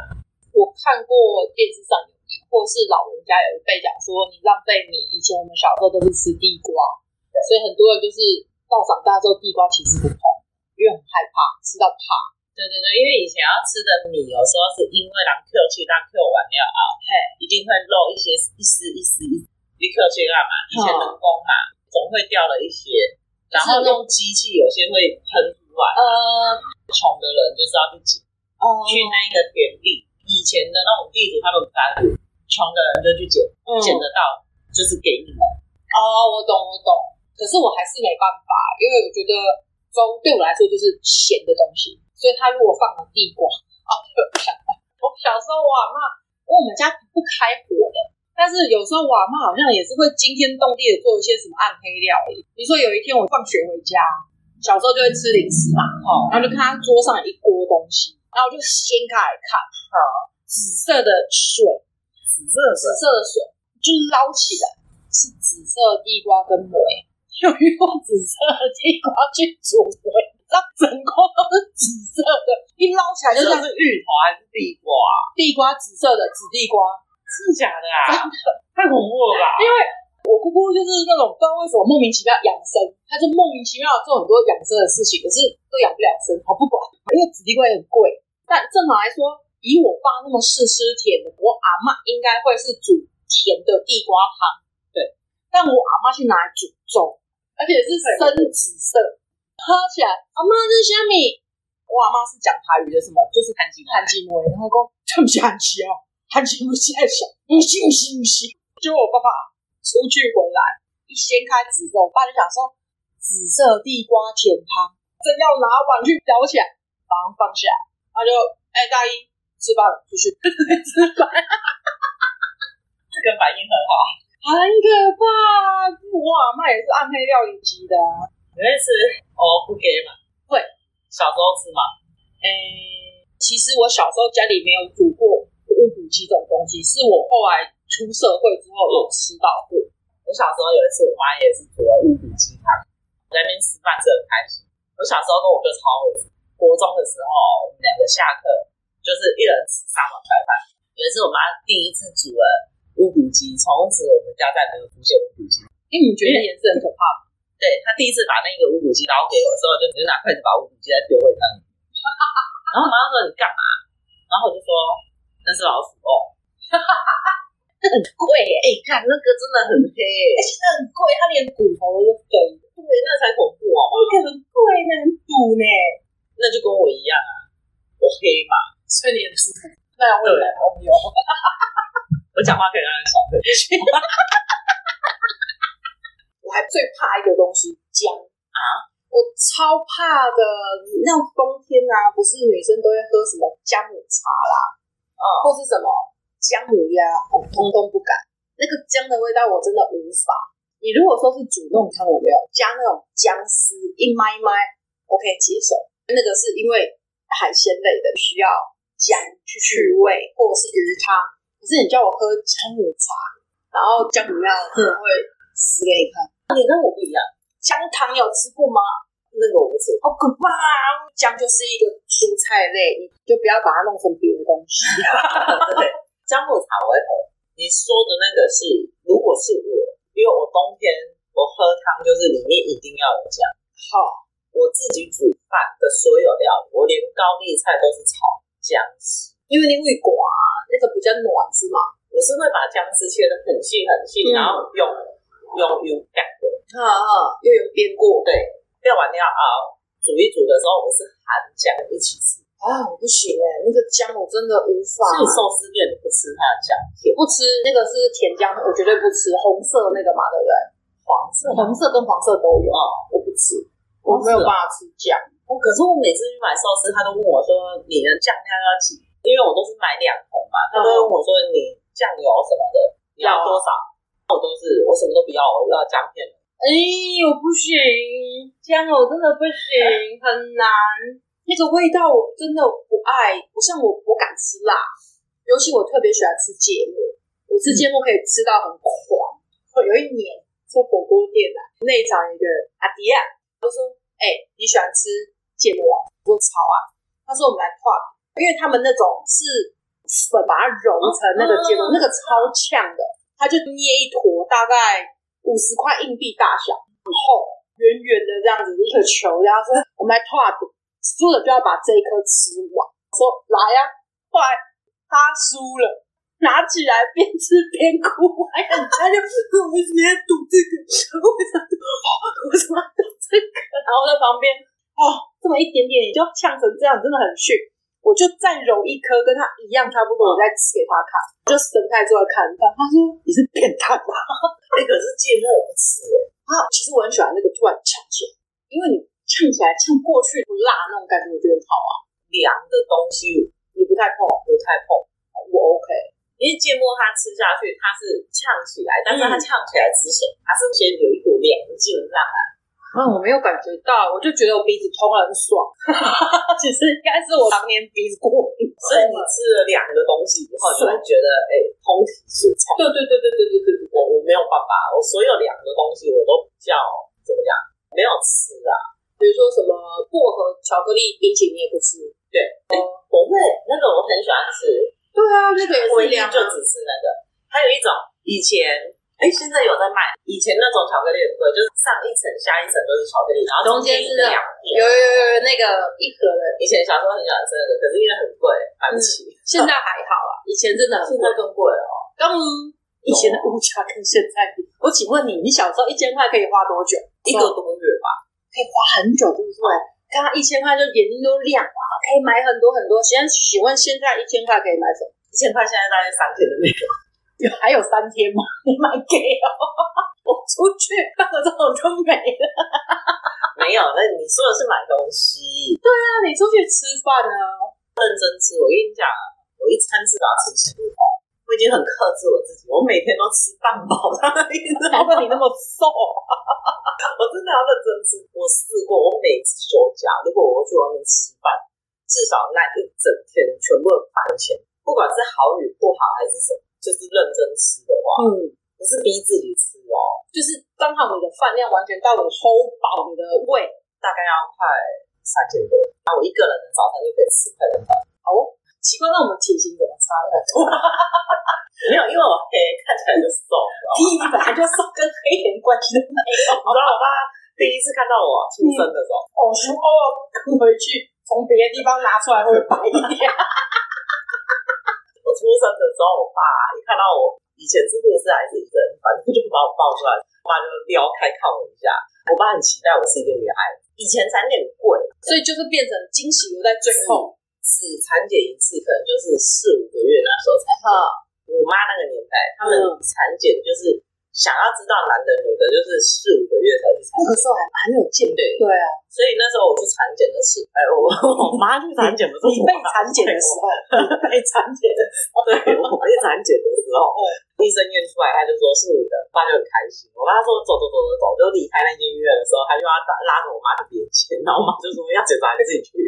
[SPEAKER 3] 我看过电视上有演，或是老人家有被讲说你浪费米。以前我们小时候都是吃地瓜，所以很多人就是到长大之后地瓜其实不碰，因为很害怕吃到怕。
[SPEAKER 2] 对对对，因为以前要吃的米，有时候是因为人 Q 去让 Q 完料熬，嘿，一定会漏一些一丝一丝一丝，你 Q 去干嘛？以前人工嘛，总会掉了一些，然后用机器有些会喷出来，
[SPEAKER 3] 呃，
[SPEAKER 2] 要去捡，
[SPEAKER 3] 哦
[SPEAKER 2] 去那一个田地。以前的那种地主他们反正穷的人就去捡，捡得到就是给你们。
[SPEAKER 3] 哦，我懂我懂，可是我还是没办法，因为我觉得粥对我来说就是咸的东西，所以它如果放了地瓜啊，对我想到我小时候我阿妈，我们家不开火的，但是有时候我阿妈好像也是会惊天动地的做一些什么暗黑料理。比如说有一天我放学回家，小时候就会吃零食嘛，
[SPEAKER 2] 哦，
[SPEAKER 3] 然后就看他桌上有一锅东西，然后我就掀开来看，啊，紫色的水，
[SPEAKER 2] 紫色的
[SPEAKER 3] 紫色的水，就是捞起来是紫色地瓜跟梅， 有遇过紫色的地瓜去煮梅，那整锅都是紫色的，一捞起来就
[SPEAKER 2] 这
[SPEAKER 3] 像
[SPEAKER 2] 是芋头还是地瓜啊？
[SPEAKER 3] 地瓜紫色的紫地瓜。
[SPEAKER 2] 真的假的啊？太恐怖了吧！
[SPEAKER 3] 因为我姑姑就是那种不知道为什么莫名其妙养生，她就莫名其妙地做很多养生的事情，可是都养不了生，我不管，因为紫地瓜也很贵。但正常来说，以我爸那么试吃甜的，我阿妈应该会是煮甜的地瓜汤，对。但我阿妈去拿来煮粥，而且是深紫色，喝起来，阿妈这是虾米？我阿妈是讲台语的，什么就是
[SPEAKER 2] 看起来
[SPEAKER 3] 韩吉摩耶，然后讲 这不是韩吉哦，韩吉不是在想，不是不是不是。结果我爸爸出去回来，一掀开紫色，我爸就想说紫色地瓜甜汤，正要拿碗去舀起来，马上放下，他就哎、大一吃饭了，出去 吃饭，
[SPEAKER 2] 这个反应很好。
[SPEAKER 3] 很可怕。我阿妈也是暗黑料理机的、啊，
[SPEAKER 2] 你会吃哦不给嘛？
[SPEAKER 3] 会，
[SPEAKER 2] 小时候吃嘛。
[SPEAKER 3] 哎、其实我小时候家里没有煮过乌骨鸡这种东西，是我后来出社会之后有吃到过。
[SPEAKER 2] 我小时候有一次，我妈也是煮了乌骨鸡汤，我在那边吃饭吃得很开心。我小时候跟我哥超会吃，国中的时候我们两个下课就是一人吃三碗白饭。有一次我妈第一次煮了乌骨鸡，从此我们家再没有出现乌骨鸡。
[SPEAKER 3] 因为你觉得颜色很可怕吗？
[SPEAKER 2] 对她第一次把那个乌骨鸡捞给我的时候，我就直接拿筷子把乌骨鸡再丢回汤里。然后我妈说你干嘛？然后我就说那是老鼠哦。
[SPEAKER 3] 很贵耶、
[SPEAKER 2] 哎、看那个真的很黑、
[SPEAKER 3] 而且那很贵，它连骨头都是肥的，
[SPEAKER 2] 对，那才恐怖哦。
[SPEAKER 3] 那个很贵呢，很补呢。
[SPEAKER 2] 那就跟我一样啊，我黑嘛，
[SPEAKER 3] 所以你也吃苦，那我也来朋友，
[SPEAKER 2] 我讲话可以让人爽的。
[SPEAKER 3] 我还最怕一个东西姜啊，我超怕的。那种冬天啊，不是女生都会喝什么姜母茶啦，
[SPEAKER 2] 嗯，
[SPEAKER 3] 或是什么姜母鸭，我通通不敢。那个姜的味道我真的无法。你如果说是煮弄汤，有没有加那种姜丝一麦一麦，我可以接受。那个是因为海鲜类的需要姜去去味，或者是鱼汤。可是你叫我喝姜母茶，然后姜母鸭，真的会死给你看。
[SPEAKER 2] 你跟我不一样，
[SPEAKER 3] 姜糖有吃过吗？
[SPEAKER 2] 那个我不吃。
[SPEAKER 3] 好可怕啊！姜就是一个蔬菜类，你就不要把它弄成别的东 西。
[SPEAKER 2] 对，姜母茶我会喝。你说的那个是，如果是我，因为我冬天我喝汤就是里面一定要有姜。
[SPEAKER 3] 好，
[SPEAKER 2] 我自己煮饭的所有料理，我连高丽菜都是炒姜丝。
[SPEAKER 3] 因为你味寡，那个比较暖是吗？
[SPEAKER 2] 我是会把姜丝切得很细很细，
[SPEAKER 3] 嗯
[SPEAKER 2] 然后用用油干的。
[SPEAKER 3] 啊啊，又有煸过
[SPEAKER 2] 对，料完料啊，煮一煮的时候，我是含姜一起吃。
[SPEAKER 3] 啊，我不行哎、那个姜我真的无法
[SPEAKER 2] 所以寿司店你不吃它的姜片，
[SPEAKER 3] 不吃那个是甜姜，我绝对不吃红色那个嘛，对不对？
[SPEAKER 2] 黄色吗
[SPEAKER 3] 红色跟黄色都有，
[SPEAKER 2] 哦，
[SPEAKER 3] 我不吃，我没有办法吃姜。
[SPEAKER 2] 我哦可是我每次去买寿司，他都问我说你的酱料要几，因为我都是买两桶嘛，他都会问我说你酱油什么的你要多少，我都是我什么都不要，我要姜片。
[SPEAKER 3] 哎、我不行，姜我真的不行，很难。那个味道我真的不爱，不像我我敢吃辣，尤其我特别喜欢吃芥末，我吃芥末可以吃到很狂。我有一年做火锅店啊，内场有一个阿迪啊，他说：“哎、你喜欢吃芥末啊？”我说：“炒啊。”他说：“我们来画，因为他们那种是粉把它揉成那个芥末，
[SPEAKER 2] 嗯
[SPEAKER 3] 那个超呛的，他就捏一坨，大概五十块硬币大小，很厚，圆圆的这样子一个球，然后说我们来画赌，输了就要把这一颗吃完。说来呀、啊，后来他输了，拿起来边吃边哭，还很他就我为什么要赌这个？我为什么 我为什么要赌这个？然后在旁边哦，这么一点点你就呛成这样，真的很逊。我就再揉一颗跟它一样差不多，我再吃给他看，我就神态坐在看他。他说你是变态吧？ 那个是芥末，我吃哎。啊，其实我很喜欢那个突然呛起来，因为你呛起来呛过去不辣那种感觉，我觉得很好啊。
[SPEAKER 2] 凉的东西
[SPEAKER 3] 你不太碰，
[SPEAKER 2] 不太碰，
[SPEAKER 3] 我 OK。
[SPEAKER 2] 因为芥末它吃下去它是呛起来，但是
[SPEAKER 3] 嗯
[SPEAKER 2] 它呛起来之前，它是先有一股凉劲上来。
[SPEAKER 3] 嗯，我没有感觉到，我就觉得我鼻子通了很爽。 其实应该是我常年鼻子过敏，
[SPEAKER 2] 所以你吃了凉的东西以后，你会觉得哎、通体舒畅。
[SPEAKER 3] 对对对对对对对对，
[SPEAKER 2] 我我没有办法，我所有凉的东西我都比较怎么讲，没有吃啊。
[SPEAKER 3] 比如说什么薄荷巧克力冰淇淋你也不吃，
[SPEAKER 2] 对，哎、我会那个我很喜欢吃，
[SPEAKER 3] 对啊，那个也
[SPEAKER 2] 我一
[SPEAKER 3] 是
[SPEAKER 2] 定
[SPEAKER 3] 凉啊
[SPEAKER 2] 就只吃那个。还有一种以前，哎、现在有在卖，以前那种巧克力很贵，就是上一层下一层都是巧克力，然后
[SPEAKER 3] 中间
[SPEAKER 2] 间一
[SPEAKER 3] 是
[SPEAKER 2] 个
[SPEAKER 3] 那
[SPEAKER 2] 两
[SPEAKER 3] 有有
[SPEAKER 2] 片。
[SPEAKER 3] 有有那个一盒的，
[SPEAKER 2] 以前小时候很喜欢吃那个，可是因为很贵，买不起。
[SPEAKER 3] 现在还好啦，以前真的很
[SPEAKER 2] 现在更贵哦，
[SPEAKER 3] 刚以前的物价跟现在比，我请问你，你小时候一千块可以花多久？哦
[SPEAKER 2] 一个多月吧。
[SPEAKER 3] 可以花很久，对不对？刚刚一千块就眼睛都亮了，可以买很多很多。现在请问现在一千块可以买什么？
[SPEAKER 2] 一千块现在大概三天的内容，
[SPEAKER 3] 有还有三天吗？ 你买给哦， 我出去办个这种就没了。
[SPEAKER 2] 没有。那你说的是买东西，
[SPEAKER 3] 那你出去吃饭啊？
[SPEAKER 2] 认真吃。我跟你讲，我一餐至少吃七五包，我已经很克制我自己，我每天都吃半包，你知道
[SPEAKER 3] 难
[SPEAKER 2] 吗
[SPEAKER 3] 怪？你那么瘦，
[SPEAKER 2] 我真的要认真吃。我试过，我每次休假，如果我去外面吃饭，至少那一整天全部的饭钱，不管是好与不好还是什么，就是认真吃的话，
[SPEAKER 3] 嗯，
[SPEAKER 2] 不是逼自己吃哦，
[SPEAKER 3] 就是刚好你的饭量完全到你 hold 饱你的胃。
[SPEAKER 2] 大概要快三千多。那我一个人的早餐就可以吃快两百。
[SPEAKER 3] 哦，奇怪，那我们体型怎么差了？
[SPEAKER 2] 没有，因为我黑，看起来就瘦，你知道吗
[SPEAKER 3] 第一，你本来就瘦，跟黑一点关系都没有。
[SPEAKER 2] 你知道我爸第一次看到我出生的时候，
[SPEAKER 3] 哦，熊哦，回去从别的地方拿出来会白一点。
[SPEAKER 2] 我出生的时候，我爸一看到我以前是护士还是医生，反正就把我抱出来，我爸就撩开看我一下。我爸很期待我是一个女孩，以前产检贵，
[SPEAKER 3] 所以就是变成惊喜留在最后。
[SPEAKER 2] 只产检一次可能就是四五个月那时候才。
[SPEAKER 3] 好，
[SPEAKER 2] 我妈那个年代，他们产检就是想要知道男的女的，就是四五个月才去产
[SPEAKER 3] 那个时候还还没有见
[SPEAKER 2] 对，
[SPEAKER 3] 对啊，
[SPEAKER 2] 所以那时候我去产检的时候，哎，我我妈去产检的时候，
[SPEAKER 3] 你被产检的时候，
[SPEAKER 2] 被产检的时候，对我被产检的时候，医生验出来，他就说是你的，我爸就很开心。我妈说走走走走走，就离开那间医院的时候，他就要拉拉着我妈去别检，然后我妈就说要检查你自己去。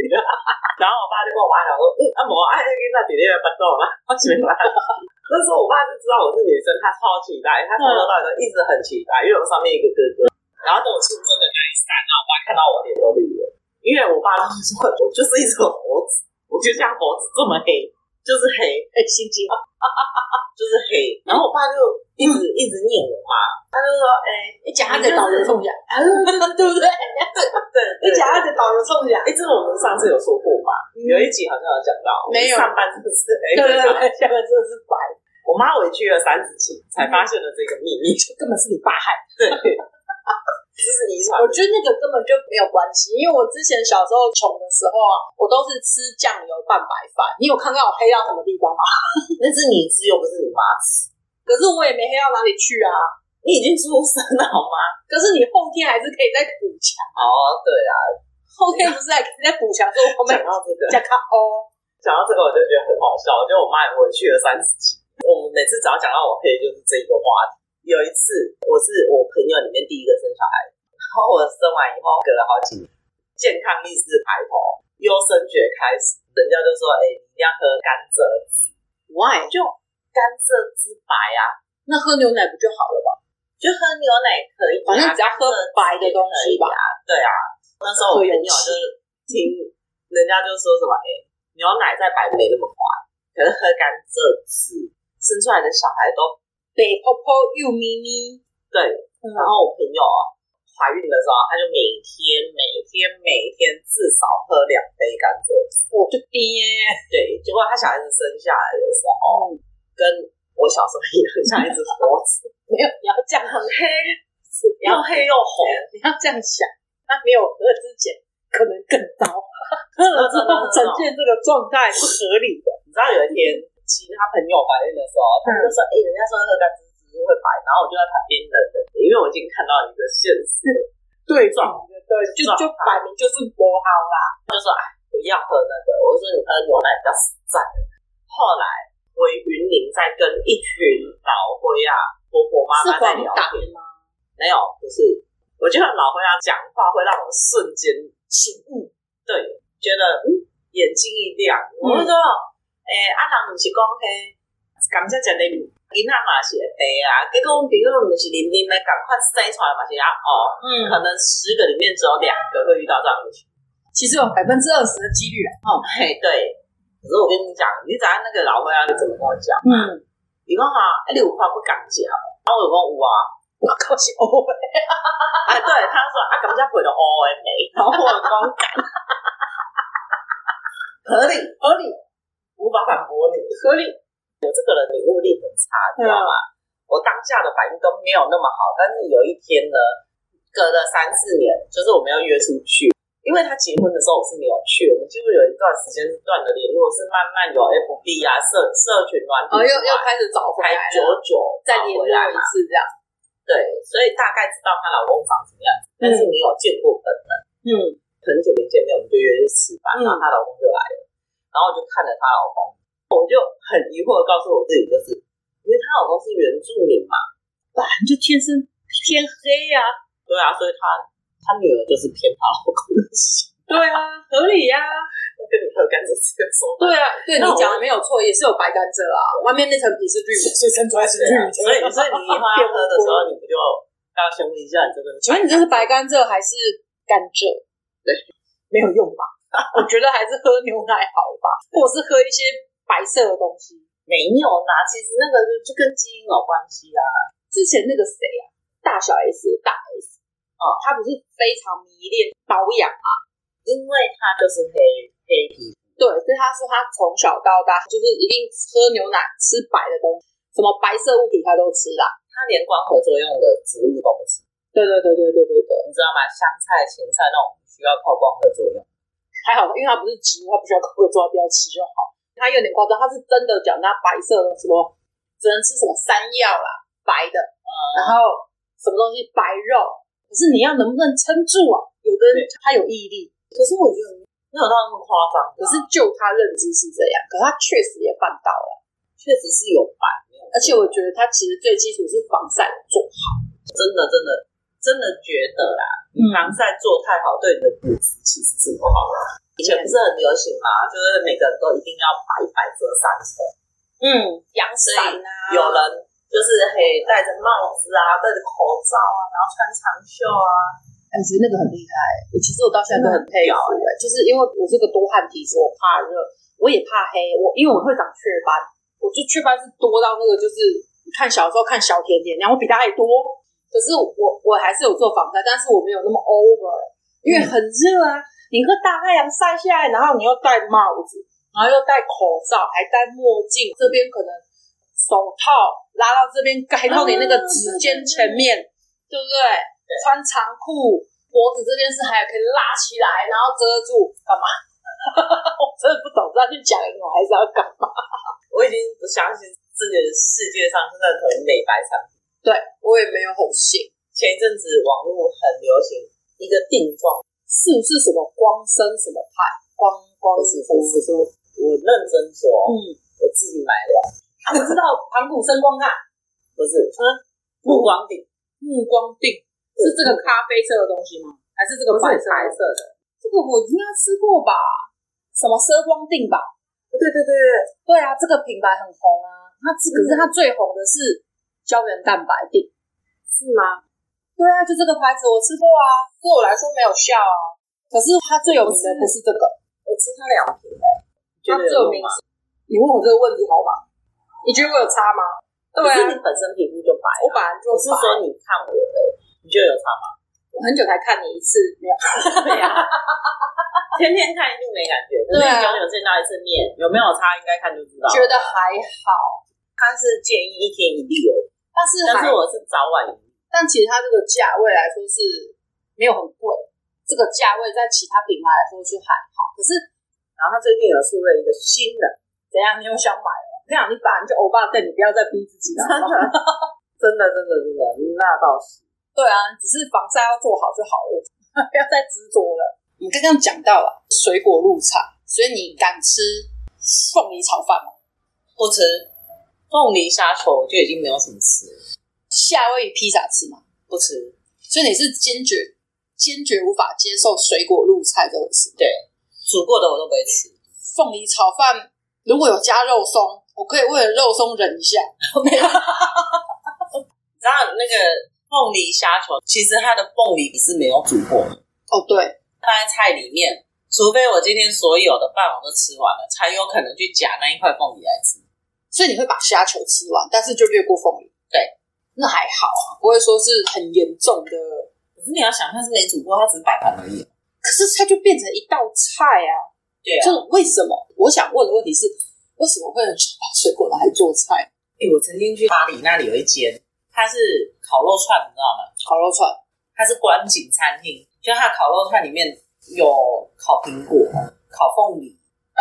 [SPEAKER 2] 然后我爸就跟我妈讲说，嗯，阿伯，哎，那弟弟要搬走了，我喜欢。那时候我爸就知道我是女生，他超期待，他从头到尾都一直很期待，因为我上面一个哥哥。然后等我出生的那一刹那，我爸看到我脸都绿了，因为我爸就说我就是一只猴子，我就像猴子这么黑，就是黑，
[SPEAKER 3] 哎，心机啊，
[SPEAKER 2] 就是黑。然后我爸就一直、
[SPEAKER 3] 嗯
[SPEAKER 2] 一直念我妈，他就说：“哎、
[SPEAKER 3] 你讲他的导游 中奖，哎对不对？
[SPEAKER 2] 对，
[SPEAKER 3] 你讲他的导游中奖，
[SPEAKER 2] 哎、这个我们上次有说过吧？有一集好像有讲到，
[SPEAKER 3] 没有
[SPEAKER 2] 上半身是黑
[SPEAKER 3] 对
[SPEAKER 2] 的。
[SPEAKER 3] 对对，下面真的是白，
[SPEAKER 2] 我妈委屈了三十集，才发现了这个秘密，
[SPEAKER 3] 根本是你爸害。
[SPEAKER 2] 对，这是遗传
[SPEAKER 3] 我。觉得那个根本就没有关系，因为我之前小时候穷的时候啊，我都是吃酱油拌白饭。你有看到我黑到什么地方吗？
[SPEAKER 2] 那是你吃又不是你妈吃，
[SPEAKER 3] 可是我也没黑到哪里去啊。
[SPEAKER 2] 你已经出生了好吗？
[SPEAKER 3] 可是你后天还是可以再补强，
[SPEAKER 2] 哦，对啊，
[SPEAKER 3] 后天不是还可以再补强？说我们
[SPEAKER 2] 讲到这个，
[SPEAKER 3] 加卡哦，
[SPEAKER 2] 讲到这个我就觉得很好笑，就我妈也委屈了三十集。我们每次只要讲到我黑，就是这一个话题。有一次，我是我朋友里面第一个生小孩，然后我生完以后隔了好几年，健康意识抬头，优生学开始，人家就说：“哎、你一定要喝甘蔗汁。
[SPEAKER 3] why？
[SPEAKER 2] 就甘蔗汁白啊，
[SPEAKER 3] 那喝牛奶不就好了吗？
[SPEAKER 2] 就喝牛奶可以、啊，
[SPEAKER 3] 反正只要喝白的东西吧
[SPEAKER 2] 甘蔗汁也可以啊。对啊，那时候我朋友就是听人家就说什么：“哎、牛奶再白没那么滑，可是喝甘蔗汁生出来的小孩都
[SPEAKER 3] 北泡泡又咪咪，
[SPEAKER 2] 对。”
[SPEAKER 3] 嗯
[SPEAKER 2] 然后我朋友啊，怀孕的时候，他就每天每天每天至少喝两杯甘蔗汁。
[SPEAKER 3] 我就爹，
[SPEAKER 2] 对，结果他小孩子生下来的时候，哦跟我小时候一样，像一只猴 子，
[SPEAKER 3] 没有，你要这样很黑，
[SPEAKER 2] 又黑又红。
[SPEAKER 3] 你要这样想。他没有喝之前，可能更高。喝了之后呈现这个状态是合理的。
[SPEAKER 2] 你知道有一天其他朋友怀孕的时候，他们就说：“哎、人家说喝干芝芝会白。”然后我就在旁边冷冷的，因为我已经看到一个现实了，
[SPEAKER 3] 对
[SPEAKER 2] 撞
[SPEAKER 3] 对，就就摆明就是磨好啦。
[SPEAKER 2] 哎不要喝那个。我就说：“你喝牛奶比较实在。”后来回云林，在跟一群老灰啊、婆婆妈妈在聊天吗？没有，不是。我觉得老灰啊讲话会让我瞬间醒悟，对，觉得嗯眼睛一亮。我就说：“诶、啊，人毋是讲嘿，感谢食啉。”囡仔嘛是会白啊，结果阮朋友毋是啉啉的，赶快生出来嘛是啊哦，
[SPEAKER 5] 嗯
[SPEAKER 2] 可能十个里面只有两个会遇到这样的情况。
[SPEAKER 5] 其实有百分之二十的几率啦。哦，
[SPEAKER 2] 嘿，对。可是我跟你讲，你知道那个老灰啊，你怎么跟我讲？
[SPEAKER 5] 嗯，
[SPEAKER 2] 你讲哈，哎、你有看不敢食吗？然后我讲有啊，
[SPEAKER 3] 我靠，是欧的，
[SPEAKER 2] 哎，对，他说啊，感觉赔到 O M A，然后我讲敢，合理合理，无法反驳你，合理。我这个人领悟力很差，你知道吗？我当下的反应都没有那么好，但是有一天呢，隔了三四年，就是我们要约出去，因为他结婚的时候我是没有去，我们几乎有一段时间是断了联络，是慢慢有 F B 啊社社群软
[SPEAKER 5] 哦，
[SPEAKER 2] 体
[SPEAKER 5] 又
[SPEAKER 2] 出
[SPEAKER 5] 又
[SPEAKER 2] 来，
[SPEAKER 5] 开始找回
[SPEAKER 2] 才
[SPEAKER 5] 来
[SPEAKER 2] 久
[SPEAKER 5] 了，
[SPEAKER 2] 久
[SPEAKER 5] 再联络
[SPEAKER 2] 回
[SPEAKER 5] 一
[SPEAKER 2] 来嘛
[SPEAKER 5] 次这样。
[SPEAKER 2] 对，所以大概知道她老公长什么样子，但是没有见过本人。
[SPEAKER 5] 嗯，
[SPEAKER 2] 很久没见面，我们就约去吃饭，然后她老公就来了，然后我就看着她老公，我就很疑惑的告诉我自己，就是因为她老公是原住民嘛，
[SPEAKER 3] 反正就天生偏黑呀、
[SPEAKER 2] 对啊，所以她她女儿就是偏她老公的喜，
[SPEAKER 3] 对啊，合理呀、
[SPEAKER 2] 那跟你喝甘蔗这个说
[SPEAKER 5] 对
[SPEAKER 2] 法。
[SPEAKER 5] 啊，对你
[SPEAKER 2] 那我
[SPEAKER 5] 讲的没有错，也是有白甘蔗啊，外面那层皮是绿的。
[SPEAKER 3] 所以生出来是
[SPEAKER 2] 对
[SPEAKER 3] 绿
[SPEAKER 2] 啊
[SPEAKER 3] 的。
[SPEAKER 2] 所以所以你以 后要喝的时候，你不就要先问一下你这个
[SPEAKER 5] 请问你这是白甘蔗还是甘蔗？
[SPEAKER 3] 没有用吧？ 我觉得还是喝牛奶好吧，或者是喝一些白色的东西。
[SPEAKER 2] 没有啦？其实那个就就跟基因有关系啊。
[SPEAKER 3] 之前那个谁啊，大小 S 大 S，哦，他不是非常迷恋保养嘛？
[SPEAKER 2] 因为他就是黑黑皮，
[SPEAKER 3] 对，所以他说他从小到大就是一定喝牛奶、吃白的东西，什么白色物体他都吃啦。
[SPEAKER 2] 他连光合作用的植物都不吃，
[SPEAKER 3] 对对对对对对对，
[SPEAKER 2] 你知道吗？香菜、芹菜那种需要靠光合作用，
[SPEAKER 3] 还好，因为他不是植物，他不需要刻做，他不要吃就好。他有点夸张，他是真的讲他白色的什么，只能吃什么山药啦，白的，然后什么东西白肉。可是你要能不能撑住啊？有的人他有毅力，可是我觉得，
[SPEAKER 2] 没有到那么夸张
[SPEAKER 3] 可
[SPEAKER 2] 的啊，
[SPEAKER 3] 是就他认知是这样，可是他确实也办到了。
[SPEAKER 2] 确实是有白，没有
[SPEAKER 3] 而且我觉得他其实最基础是防晒做好，
[SPEAKER 2] 真的真的真的觉得啦，你防晒做太好，对你的骨质其实是不好的。以前不是很流行嘛，就是每个人都一定要白白遮三层，
[SPEAKER 3] 嗯，阳伞啊，
[SPEAKER 2] 有人就是嘿戴着帽子啊，戴着口罩啊，然后穿长袖啊，
[SPEAKER 3] 哎，我觉得那个很厉害。我其实我到现在都很佩服、哎，就是因为我是个多汗体质，我怕热，我也怕黑，我因为我会长雀斑，我就雀斑是多到那个就是你看小时候看小甜甜那样，我比他还多。可是我我还是有做防晒，但是我没有那么 over，因为很热啊。你个大太阳晒下来，然后你又戴帽子，然后又戴口罩，还戴墨镜，这边可能手套拉到这边盖到你那个指尖前面，对不对？穿长裤，脖子这边是还可以拉起来，然后遮住，干嘛？ 我真的不懂，不知道去讲英文还是要干嘛？
[SPEAKER 2] 我已经不相信这个世界上任何美白产品。
[SPEAKER 3] 对我也没有很信，
[SPEAKER 2] 前一阵子网络很流行一个定妆，
[SPEAKER 3] 是不是什么光生什么派，光光
[SPEAKER 2] 不是
[SPEAKER 3] 是什么什么？
[SPEAKER 2] 我认真说，
[SPEAKER 3] 嗯，
[SPEAKER 2] 我自己买的，
[SPEAKER 3] 啊，我知道盘古生光炭、
[SPEAKER 2] 不是，嗯，目光顶，
[SPEAKER 3] 目光锭，是这个咖啡色的东西吗？还是这个
[SPEAKER 2] 不是
[SPEAKER 3] 白色？
[SPEAKER 2] 白色的，
[SPEAKER 3] 这个我应该吃过吧？什么奢光锭吧？
[SPEAKER 2] 对对对嗯对，
[SPEAKER 3] 对啊，这个品牌很红啊。它这可是它最红的是胶原蛋白锭，是吗？对啊，就这个牌子我吃过啊，对我来说没有效啊。可是它最有名的不是这个，
[SPEAKER 2] 我吃它两瓶哎、觉
[SPEAKER 3] 它
[SPEAKER 2] 得
[SPEAKER 3] 最有
[SPEAKER 2] 有
[SPEAKER 3] 名
[SPEAKER 2] 用吗？
[SPEAKER 3] 是。你问我这个问题好吗？你觉得我有差吗？对
[SPEAKER 2] 可
[SPEAKER 3] 啊，
[SPEAKER 2] 是你本身皮肤就白
[SPEAKER 3] 我
[SPEAKER 2] 啊、
[SPEAKER 3] 本来就
[SPEAKER 2] 我是
[SPEAKER 3] 白
[SPEAKER 2] 说你看我的，你觉得有差吗？
[SPEAKER 3] 我很久才看你一次，没有。
[SPEAKER 2] 对啊呀、 天天看一定没感觉，可是你
[SPEAKER 3] 对啊
[SPEAKER 2] 久久见到一次面，有没有差应该看就知道。
[SPEAKER 3] 觉得还好，
[SPEAKER 2] 他是建议一天一粒而已，
[SPEAKER 3] 但是
[SPEAKER 2] 但
[SPEAKER 3] 还
[SPEAKER 2] 是我是早晚一粒，
[SPEAKER 3] 但其实它这个价位来说是没有很贵，这这个价位在其他品牌来说就还好，可是
[SPEAKER 6] 然后他最近有出了一个新的，
[SPEAKER 3] 怎样你又想买了？那样你把你就欧巴对你不要再逼自己 了。好不好
[SPEAKER 6] 真的真的真的，那倒是
[SPEAKER 3] 对啊，只是防晒要做好就好了，不要再执着了。我们刚刚讲到了水果入场，所以你敢吃凤梨炒饭吗？
[SPEAKER 2] 不吃凤梨虾球，我就已经没有什么吃了，
[SPEAKER 3] 夏威夷披萨吃吗？
[SPEAKER 2] 不吃。
[SPEAKER 3] 所以你是坚决坚决无法接受水果入菜这回事。
[SPEAKER 2] 对，煮过的我都不会吃，
[SPEAKER 3] 凤梨炒饭如果有加肉松，我可以为了肉松忍一下。
[SPEAKER 2] 你知道那个凤梨虾球，其实它的凤梨是没有煮过的，
[SPEAKER 3] 哦，对，
[SPEAKER 2] 放在菜里面，除非我今天所有的饭我都吃完了，才有可能去夹那一块凤梨来吃。
[SPEAKER 3] 所以你会把虾球吃完，但是就略过凤梨。
[SPEAKER 2] 对，
[SPEAKER 3] 那还好啊，不会说是很严重的，
[SPEAKER 2] 可是你要想，它是没煮过，它只是摆盘而已。
[SPEAKER 3] 可是它就变成一道菜啊。
[SPEAKER 2] 对啊，
[SPEAKER 3] 就是为什么？我想问的问题是，为什么会很想把水果拿来做菜？
[SPEAKER 2] 哎、我曾经去巴黎那里有一间，它是烤肉串，你知道吗？
[SPEAKER 3] 烤肉串，
[SPEAKER 2] 它是观景餐厅，就它的烤肉串里面有烤苹果、烤凤梨，
[SPEAKER 3] 嗯，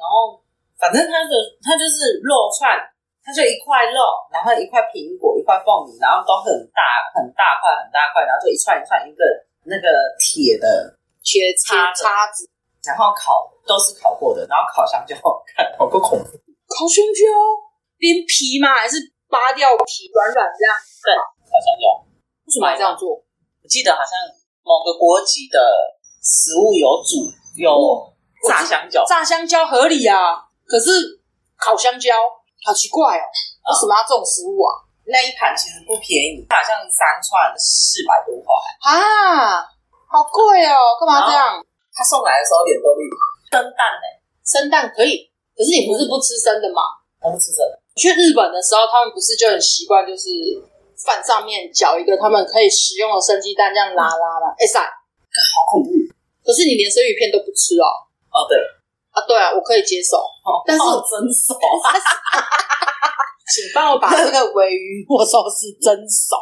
[SPEAKER 2] 然后反正它的它就是肉串，它就一块肉，然后一块苹果，一块凤梨，然后都很大很大块很大块，然后就一串一串一个那个铁的，
[SPEAKER 3] 切叉
[SPEAKER 2] 叉子
[SPEAKER 3] 叉子，
[SPEAKER 2] 然后烤都是烤过的，然后烤香蕉，看好够恐怖。
[SPEAKER 3] 烤香蕉，连皮吗？还是扒掉皮，软软这样？
[SPEAKER 2] 烤香蕉，
[SPEAKER 3] 为什么还这样做？
[SPEAKER 2] 我记得好像某个国籍的食物有煮有炸香蕉，
[SPEAKER 3] 炸香蕉合理啊，可是烤香蕉好奇怪哦，为什么要这种食物啊？
[SPEAKER 2] 那一盘其实不便宜，它好像三串四百多块。
[SPEAKER 3] 啊，好贵哦，干嘛这样？
[SPEAKER 2] 他送来的时候脸都绿，蒸蛋呢、
[SPEAKER 3] 生蛋可以，可是你不是不吃生的吗？
[SPEAKER 2] 我们吃这个，
[SPEAKER 3] 去日本的时候，他们不是就很习惯，就是饭上面搅一个他们可以食用的生鸡蛋，这样拉拉拉，哎、塞，
[SPEAKER 2] 好恐怖
[SPEAKER 3] 可是你连生鱼片都不吃哦。
[SPEAKER 2] 哦！对，
[SPEAKER 3] 啊，对啊，我可以接受，但是
[SPEAKER 2] 哦蒸熟，
[SPEAKER 3] 请帮我把这个尾鱼握寿司蒸熟。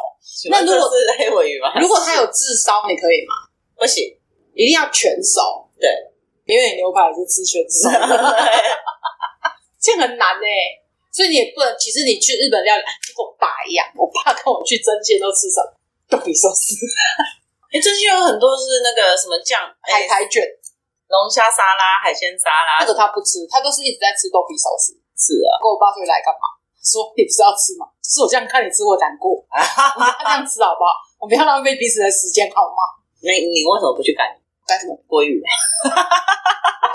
[SPEAKER 3] 那
[SPEAKER 2] 那
[SPEAKER 3] 如
[SPEAKER 2] 如
[SPEAKER 3] 果
[SPEAKER 2] 果是黑尾鱼吗？
[SPEAKER 3] 如果它有炙烧，你可以吗？
[SPEAKER 2] 不行，
[SPEAKER 3] 一定要全熟。
[SPEAKER 2] 对，
[SPEAKER 3] 因为你牛排是吃全 熟，这样很难呢、欸所以你也不能，其实你去日本料理，哎就跟我爸一样，我爸跟我去蒸煎都吃什么？豆皮寿 司、
[SPEAKER 2] 哎，最近有很多是那个什么酱，
[SPEAKER 3] 海
[SPEAKER 2] 哎，
[SPEAKER 3] 苔卷，
[SPEAKER 2] 龙虾沙拉、海鲜沙拉，
[SPEAKER 3] 那个他不吃，他都是一直在吃豆皮寿司。
[SPEAKER 2] 是啊，
[SPEAKER 3] 跟我爸说你来干嘛？他说你不是要吃吗？是我这样看你吃，我难 过。我们不要这样吃好不好？我们不要浪费彼此的时间好吗？
[SPEAKER 2] 那你为什么不去干
[SPEAKER 3] 干什么？
[SPEAKER 2] 鲑鱼？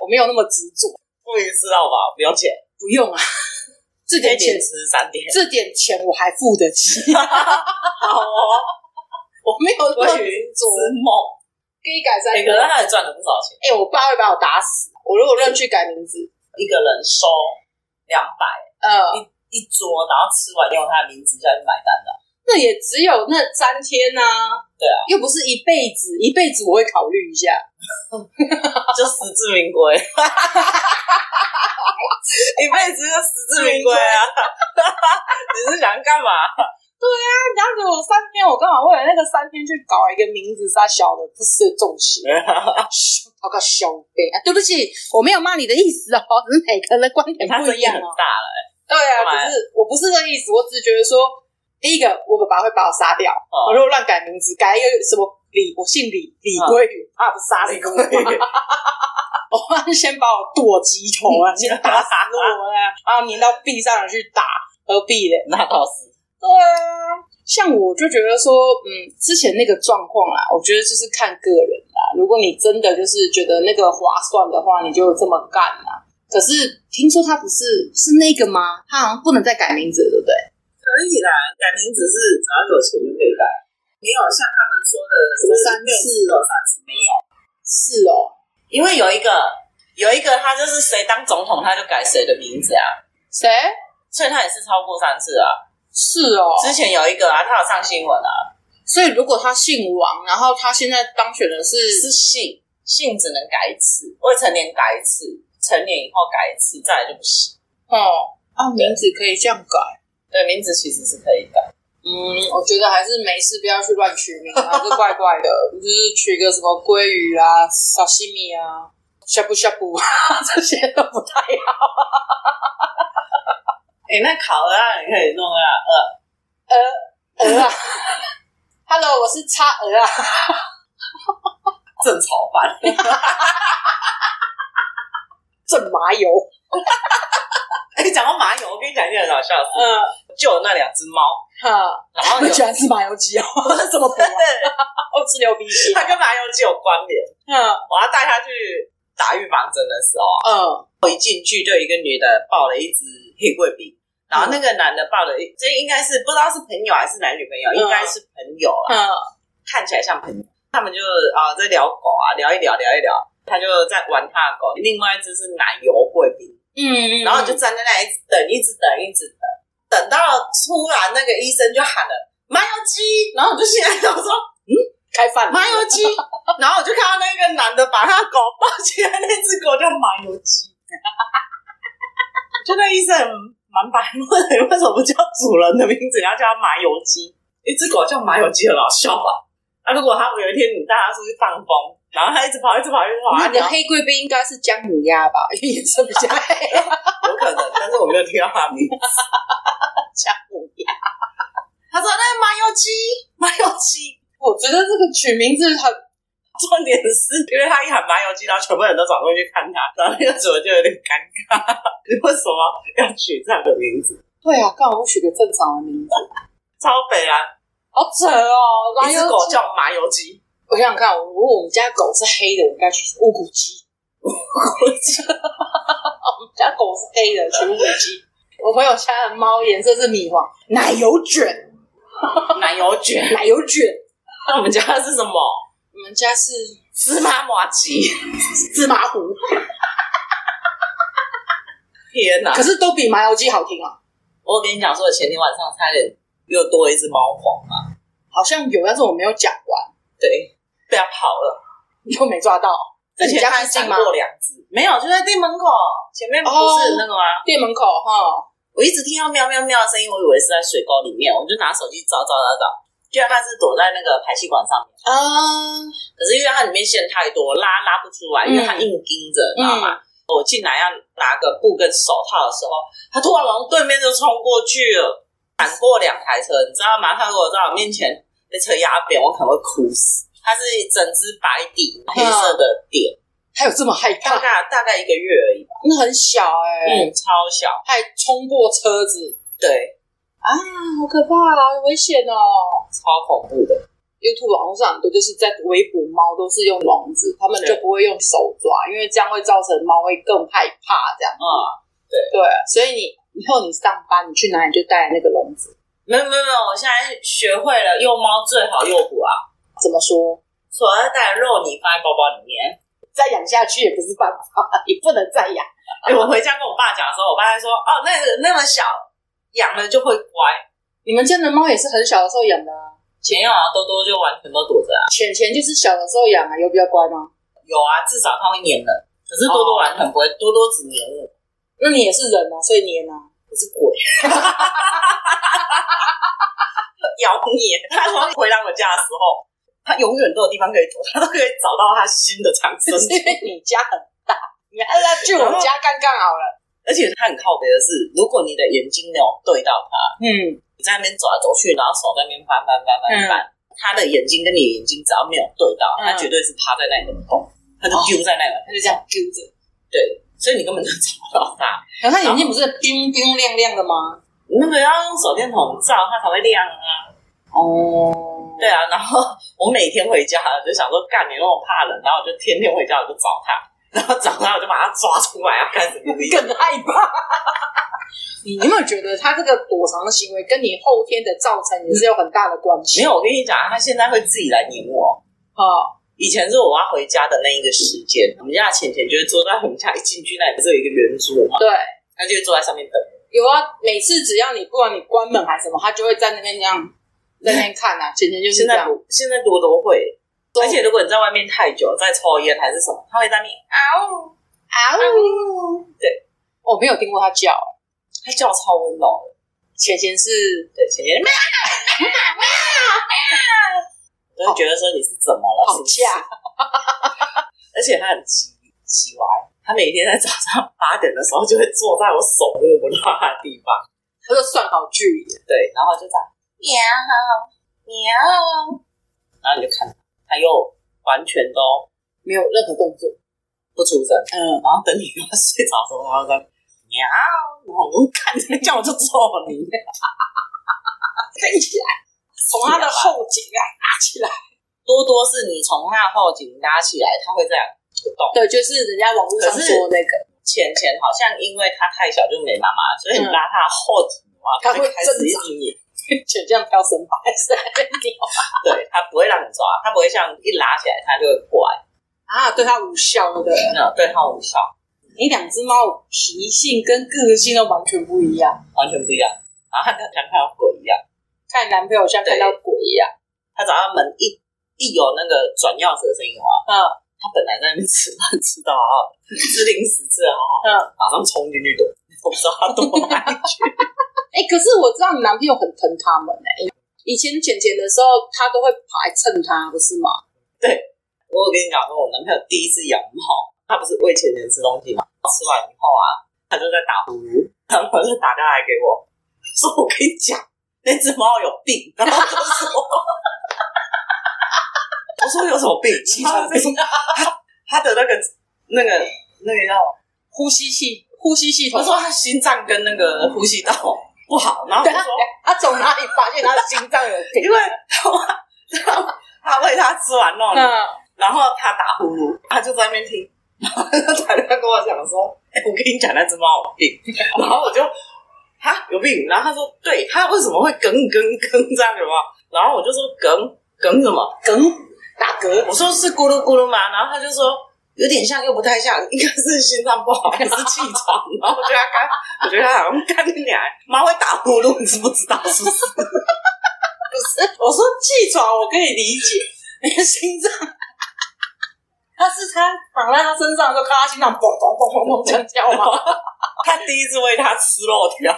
[SPEAKER 3] 我没有那么执着，
[SPEAKER 2] 鲑鱼吃到饱，不用钱，
[SPEAKER 3] 不用啊。
[SPEAKER 2] 一
[SPEAKER 3] 这点钱
[SPEAKER 2] 天，吃三天。
[SPEAKER 3] 这点钱我还付得 起。
[SPEAKER 2] 好哦，
[SPEAKER 3] 我没有那么
[SPEAKER 2] 鲑
[SPEAKER 3] 执
[SPEAKER 2] 鱼
[SPEAKER 3] 着
[SPEAKER 2] 之，梦，
[SPEAKER 3] 可以改三
[SPEAKER 2] 每个。
[SPEAKER 3] 个
[SPEAKER 2] 人他也赚了不少钱，
[SPEAKER 3] 哎、我爸会把我打死。我如果乱去改名字，
[SPEAKER 2] 一个人收两百
[SPEAKER 3] 呃，
[SPEAKER 2] 一桌，然后吃完用他的名字下去买单的。
[SPEAKER 3] 那也只有那三天呐、
[SPEAKER 2] 对啊，
[SPEAKER 3] 又不是一辈子，一辈子我会考虑一下。
[SPEAKER 2] 就实至名归， 一辈子就实至名归啊！ 你是想干嘛？
[SPEAKER 3] 这样子，我三天，我刚好为了那个三天去搞一个名字，他小的不是中 邪，嘘搞个小辈啊！对不起，我没有骂你的意思哦，只是每个人的观点
[SPEAKER 2] 哎他
[SPEAKER 3] 不
[SPEAKER 2] 生
[SPEAKER 3] 一
[SPEAKER 2] 意
[SPEAKER 3] 样
[SPEAKER 2] 很
[SPEAKER 3] 哦。
[SPEAKER 2] 大了、
[SPEAKER 3] 对
[SPEAKER 2] 干嘛
[SPEAKER 3] 啊，只是我不是这个意思，我只是觉得说，第一个，我爸爸会把我杀掉，我
[SPEAKER 2] 哦，
[SPEAKER 3] 如果乱改名字，改一个什么李，我姓李，李
[SPEAKER 2] 嗯
[SPEAKER 3] 归宇，怕不杀 死我吗？我妈先把我剁鸡头啊，先打死我 啊，然后粘到壁上去打，何必嘞？
[SPEAKER 2] 那倒是，
[SPEAKER 3] 对啊，像我就觉得说，嗯，之前那个状况啦，我觉得就是看个人啦。如果你真的就是觉得那个划算的话，你就这么干啦。可是听说他不是是那个吗？他好像不能再改名字了，对不对？
[SPEAKER 4] 可以啦，改名只是只要有钱就可以改，没有像他们说的
[SPEAKER 3] 什么三次哦，
[SPEAKER 4] 三次没有。
[SPEAKER 3] 是哦，
[SPEAKER 2] 因为有一个有一个他就是谁当总统他就改谁的名字啊，
[SPEAKER 3] 谁？
[SPEAKER 2] 所以他也是超过三次啊。
[SPEAKER 3] 是哦，
[SPEAKER 2] 之前有一个啊，他有上新闻啊，
[SPEAKER 3] 所以如果他姓王，然后他现在当选的是
[SPEAKER 2] 是姓姓只能改一次，未成年改一次，成年以后改一次，再来就不行。
[SPEAKER 3] 哦哦，啊，名字可以这样改，
[SPEAKER 2] 对，名字其实是可以改，
[SPEAKER 3] 嗯，我觉得还是没事不要去乱取名啊，这怪怪的，就是取个什么鲑鱼啊、沙西米啊、呷哺呷哺啊， 这些都不太好。
[SPEAKER 2] 哎、那烤鹅啊，你可以弄啊，呃，
[SPEAKER 3] 鹅啊，Hello，我是叉鹅啊，
[SPEAKER 2] 正炒饭，
[SPEAKER 6] 正麻油，
[SPEAKER 2] 哎、讲到麻油，我跟你讲一件很好笑的事，
[SPEAKER 3] 嗯，
[SPEAKER 2] 就有那两只猫，
[SPEAKER 3] 哈，
[SPEAKER 2] 然后有
[SPEAKER 6] 喜欢吃麻油 鸡哦，这么补啊？
[SPEAKER 3] 我吃牛 鼻血，
[SPEAKER 2] 它跟麻油鸡有关联。
[SPEAKER 3] 嗯
[SPEAKER 2] 我要带它去打预防针的时候啊，
[SPEAKER 3] 嗯，
[SPEAKER 2] 我一进去就有一个女的抱了一只黑贵宾，然后那个男的抱了一，这应该是不知道是朋友还是男女朋友，
[SPEAKER 3] 嗯
[SPEAKER 2] 应该是朋友啦，
[SPEAKER 3] 嗯，
[SPEAKER 2] 看起来像朋友。他们就啊、在聊狗啊，聊一聊，聊一聊，他就在玩他的狗，另外一只是奶油贵宾，
[SPEAKER 3] 嗯，
[SPEAKER 2] 然后就站在那里一直等，一直等，一直等，等到突然那个医生就喊了麻油鸡，然后我就醒来，我说
[SPEAKER 3] 开饭了
[SPEAKER 2] 麻油鸡，然后我就看到那个男的把他狗抱起来，那只狗叫麻油鸡。 就那医生蛮白目的，你为什么不叫主人的名字，你要叫它麻油鸡？一只狗叫麻油鸡很好笑吧？啊，如果他有一天你带它出去放风，然后它一直跑，一直跑，一直跑，啊
[SPEAKER 3] 那
[SPEAKER 2] 你
[SPEAKER 3] 个
[SPEAKER 2] 要
[SPEAKER 3] 黑贵宾应该是姜母鸭吧， 因为颜色比较黑，
[SPEAKER 2] 有可能，但是我没有听到他的名字。
[SPEAKER 3] 姜母鸭。
[SPEAKER 2] 他说那个麻油鸡，麻油鸡。
[SPEAKER 3] 我觉得这个取名字很
[SPEAKER 2] 重点是 因为他一喊麻油鸡，然后全部人都转过去看他，然后那个主人就有点尴尬， 为什么要取这样的名字？
[SPEAKER 3] 对啊，干嘛不取个正常的名字？
[SPEAKER 2] 超北啊！
[SPEAKER 3] 好扯哦，麻
[SPEAKER 2] 一只
[SPEAKER 3] 油
[SPEAKER 2] 狗
[SPEAKER 3] 鸡
[SPEAKER 2] 叫麻油鸡，
[SPEAKER 3] 我想想看，如果我们家狗是黑的，我应该取乌骨鸡。乌骨 鸡，我们家狗是黑的，取乌骨鸡。我朋友家的猫颜色是米黄，奶油卷，
[SPEAKER 2] 奶油卷。
[SPEAKER 3] 奶油卷。
[SPEAKER 2] 那我们家是什么？
[SPEAKER 3] 我们家是
[SPEAKER 2] 芝麻麻鸡。
[SPEAKER 3] 芝麻糊，
[SPEAKER 2] 天哪！
[SPEAKER 3] 可是都比麻油鸡好听啊。
[SPEAKER 2] 我跟你讲说，我前天晚上差点又多了一只猫黄啊！
[SPEAKER 3] 好像有，但是我没有讲完，
[SPEAKER 2] 对，被它跑了。
[SPEAKER 3] 又没抓到。在你
[SPEAKER 2] 前
[SPEAKER 3] 家
[SPEAKER 2] 它
[SPEAKER 3] 附近
[SPEAKER 2] 闪
[SPEAKER 3] 吗？
[SPEAKER 2] 过两只，没有，就在店门口前面不
[SPEAKER 3] 哦
[SPEAKER 2] 是那个吗？
[SPEAKER 3] 店门口哈，
[SPEAKER 2] 我一直听到喵喵喵的声音，我以为是在水沟里面，我就拿手机找找找找，居然它是躲在那个排气管上面。
[SPEAKER 3] 啊，
[SPEAKER 2] 可是因为它里面线太多，拉拉不出来，因为它
[SPEAKER 3] 嗯
[SPEAKER 2] 硬盯着，你知道吗？我进来要拿个布跟手套的时候，它突然从对面就冲过去了，闪过两台车，你知道吗？它如果在我面前被车压扁，我可能会哭死。它是一整只白底黑色的点，
[SPEAKER 3] 还有这么害
[SPEAKER 2] 大
[SPEAKER 3] 怕？
[SPEAKER 2] 概大概一个月而已吧，
[SPEAKER 3] 那很小哎、
[SPEAKER 2] 嗯，超小，
[SPEAKER 3] 还冲过车子
[SPEAKER 2] 对，
[SPEAKER 3] 啊，好可怕啊，好危险哦。
[SPEAKER 2] 超恐怖的。
[SPEAKER 3] YouTube 网络上很多就是在围捕猫，都是用笼子，他们就
[SPEAKER 2] 对
[SPEAKER 3] 不会用手抓，因为这样会造成猫会更害怕。这样
[SPEAKER 2] 嗯，
[SPEAKER 3] 对，啊所以你以后你上班，你去哪里就带那个笼子。
[SPEAKER 2] 没有没有没有，我现在学会了幼猫最好诱捕啊，
[SPEAKER 3] 怎么说？
[SPEAKER 2] 所以要带肉泥放在包包里面。
[SPEAKER 3] 再养下去也不是办法，也不能再养。
[SPEAKER 2] 哎、我回家跟我爸讲的时候，我爸还说：“哦，那个那么小，养了就会乖。
[SPEAKER 3] 你们家的猫也是很小的时候养的、啊，”
[SPEAKER 2] 前有啊，多多就完全都躲着啊。
[SPEAKER 3] 浅浅就是小的时候养啊，有比较乖吗？
[SPEAKER 2] 有啊，至少它会粘人，可是多多完全不会，多多只粘我，
[SPEAKER 3] 那你也是人啊，所以黏啊。
[SPEAKER 2] 我是鬼，咬你。他从回来我家的时候，他永远都有地方可以躲，他都可以找到他新的藏身
[SPEAKER 3] 只是
[SPEAKER 2] 处
[SPEAKER 3] 因。为你家很大，你还是要去我家看看好了。
[SPEAKER 2] 而且他很靠北的是，如果你的眼睛没有对到它。
[SPEAKER 3] 嗯，
[SPEAKER 2] 你在那边走来走去，然后手在那边翻翻翻翻翻，他的眼睛跟你的眼睛只要没有对到，
[SPEAKER 3] 嗯
[SPEAKER 2] 他绝对是趴在那里的不动，他就丢在那里。
[SPEAKER 3] 它就这样揪着。
[SPEAKER 2] 对，所以你根本就找不到他。
[SPEAKER 3] 可是它眼睛不是冰冰亮亮的吗？
[SPEAKER 2] 那个要用手电筒照，它才会亮啊。
[SPEAKER 3] 哦，
[SPEAKER 2] 对啊，然后我每天回家就想说，干你那么怕冷，然后我就天天回家我就找他， 然后找他我就把他抓出来，要开始努 力。
[SPEAKER 3] 更害怕。你有没有觉得他这个躲藏的行为跟你后天的造成也是有很大的关系？
[SPEAKER 2] 没有，我跟你讲，他现在会自己来黏我。
[SPEAKER 3] 啊，
[SPEAKER 2] 以前是我要回家的那一个时间，我们家的浅浅就会坐在我们家一进去那里不是有一个圆桌吗？
[SPEAKER 3] 对，
[SPEAKER 2] 他就会坐在上面等。
[SPEAKER 3] 有啊。每次只要你不管你关门还是什么，他就会在那边这样在那边看啊。简直就是
[SPEAKER 2] 现
[SPEAKER 3] 这
[SPEAKER 2] 在
[SPEAKER 3] 样，
[SPEAKER 2] 不，现在多多会，而且如果你在外面太久，在抽烟还是什么，他会在那边嗷，
[SPEAKER 3] 啊呜，
[SPEAKER 2] 对，
[SPEAKER 3] 我没有听过他叫。
[SPEAKER 2] 他叫超温柔的。
[SPEAKER 3] 浅浅是
[SPEAKER 2] 对，前天喵，我就会觉得说你是怎么了？
[SPEAKER 7] 吵
[SPEAKER 2] 是不是
[SPEAKER 7] 架，
[SPEAKER 2] 而且他很急急歪，他每天在早上八点的时候就会坐在我手摸不到他的地方，
[SPEAKER 7] 他就算好距离了，
[SPEAKER 2] 对，然后就这样，
[SPEAKER 8] 喵喵，
[SPEAKER 2] 然后你就看他，他又完全都
[SPEAKER 3] 没有任何动作。
[SPEAKER 2] 不出声，
[SPEAKER 3] 嗯，
[SPEAKER 2] 然后等你要睡着的时候，然后在喵，然后啊我就看着叫我就揍你，
[SPEAKER 3] 飞起来，从他的后颈啊拉起来。
[SPEAKER 2] 多多是你从他后颈拉起来，他会这样不动。
[SPEAKER 3] 对，就是人家网络上
[SPEAKER 2] 可是
[SPEAKER 3] 说那个，
[SPEAKER 2] 浅浅好像因为他太小就没妈妈，所以你
[SPEAKER 3] 嗯
[SPEAKER 2] 拉他的后颈的话，
[SPEAKER 3] 他
[SPEAKER 2] 就
[SPEAKER 3] 会
[SPEAKER 2] 开始
[SPEAKER 3] 挣
[SPEAKER 2] 一
[SPEAKER 3] 扎
[SPEAKER 2] 直扭
[SPEAKER 3] 就这样飘绳把还是在那边
[SPEAKER 2] 对他不会让你抓，他不会像一拉起来他就会过来，
[SPEAKER 3] 啊，对它无效的。
[SPEAKER 2] 那对他无效，
[SPEAKER 3] 你两只猫脾性跟个性都完全不一样，
[SPEAKER 2] 完全不一样。然后他跟像看到鬼一样，
[SPEAKER 3] 看男朋友像看到鬼一样。
[SPEAKER 2] 他只要门一一有那个转钥匙的声音啊，
[SPEAKER 3] 嗯
[SPEAKER 2] 他本来在那边吃饭吃到好好的，吃零食吃的好好的，
[SPEAKER 3] 嗯，
[SPEAKER 2] 马上冲进去躲，我不知道他躲哪里去。
[SPEAKER 3] 哎、可是我知道你男朋友很疼他们哎、以前浅浅的时候，他都会跑来蹭他，不是吗？
[SPEAKER 2] 我有跟你讲说，我男朋友第一次养猫，他不是喂钱钱吃东西嘛，吃完以后啊，他就在打呼噜，然后就打电话来给我，说我跟你讲，那只猫有病，然后就说，我说有什么病？
[SPEAKER 3] 气喘
[SPEAKER 2] 病，他的那个那个那个叫，
[SPEAKER 3] 呼吸系呼吸系
[SPEAKER 2] 他
[SPEAKER 3] 统，
[SPEAKER 2] 说他心脏跟那个呼吸道不好，然后我
[SPEAKER 3] 对
[SPEAKER 2] 就
[SPEAKER 3] 啊
[SPEAKER 2] 说，
[SPEAKER 3] 他从哪里发现他的心脏有病？
[SPEAKER 2] 因为他 他喂他吃完哦肉，
[SPEAKER 3] 嗯，
[SPEAKER 2] 然后他打呼噜，他就在那边听， 然后他就跟我讲说：“哎、我跟你讲，那只猫有病。” 然后我就哈有病，然后他说：“对，它为什么会梗梗梗这样有没有？”然后我就说：“梗梗什么？
[SPEAKER 3] 梗
[SPEAKER 2] 打嗝？”我说：“是咕噜咕噜吗？”然后他就说：“有点像，又不太像，应该是心脏不好，还是气喘？” 然后我觉得他刚，我觉得他好像干你俩妈会打呼噜，你知不知道？是不是？
[SPEAKER 3] 我说气喘，我可以理解，心脏，他是他绑在他身上的时候，看他心脏砰砰砰砰砰这样跳嘛。
[SPEAKER 2] 他第一次喂它吃肉条，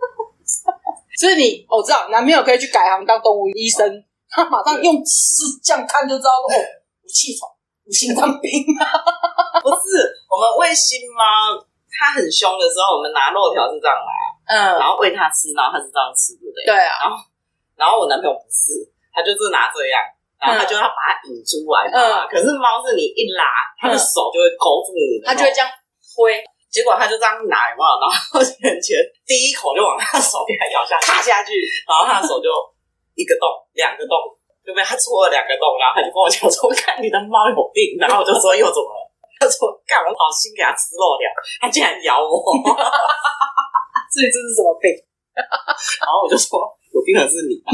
[SPEAKER 3] 所以你，我知道男朋友可以去改行当动物医生，他马上用视这样看就知道哦，你气喘，你心脏病。
[SPEAKER 2] 不是我们喂新猫，它很凶的时候，我们拿肉条是这样拿。
[SPEAKER 3] 嗯，
[SPEAKER 2] 然后喂它吃，然后它是这样吃，对不对？
[SPEAKER 3] 对 啊，
[SPEAKER 2] 然后我男朋友不是，他就是拿这样，然后他就要把它引出来，嗯、可是猫是你一拉，它的手就会勾住你的肉，
[SPEAKER 3] 他就会这样挥，
[SPEAKER 2] 结果他就这样拿，有没有？然后 眼前第一口就往他手给它咬下去，
[SPEAKER 3] 踏下去。
[SPEAKER 2] 然后他的手就一个洞，两个洞，对不对？他戳了两个洞，然后他就跟我讲说：“ 看你的猫有病。”然后我就说：“又怎么了？”他说：“干，我好心给它吃肉了，它竟然咬我。”
[SPEAKER 3] 所以这是什么病？
[SPEAKER 2] 然后我就说：“有病的是你。”啊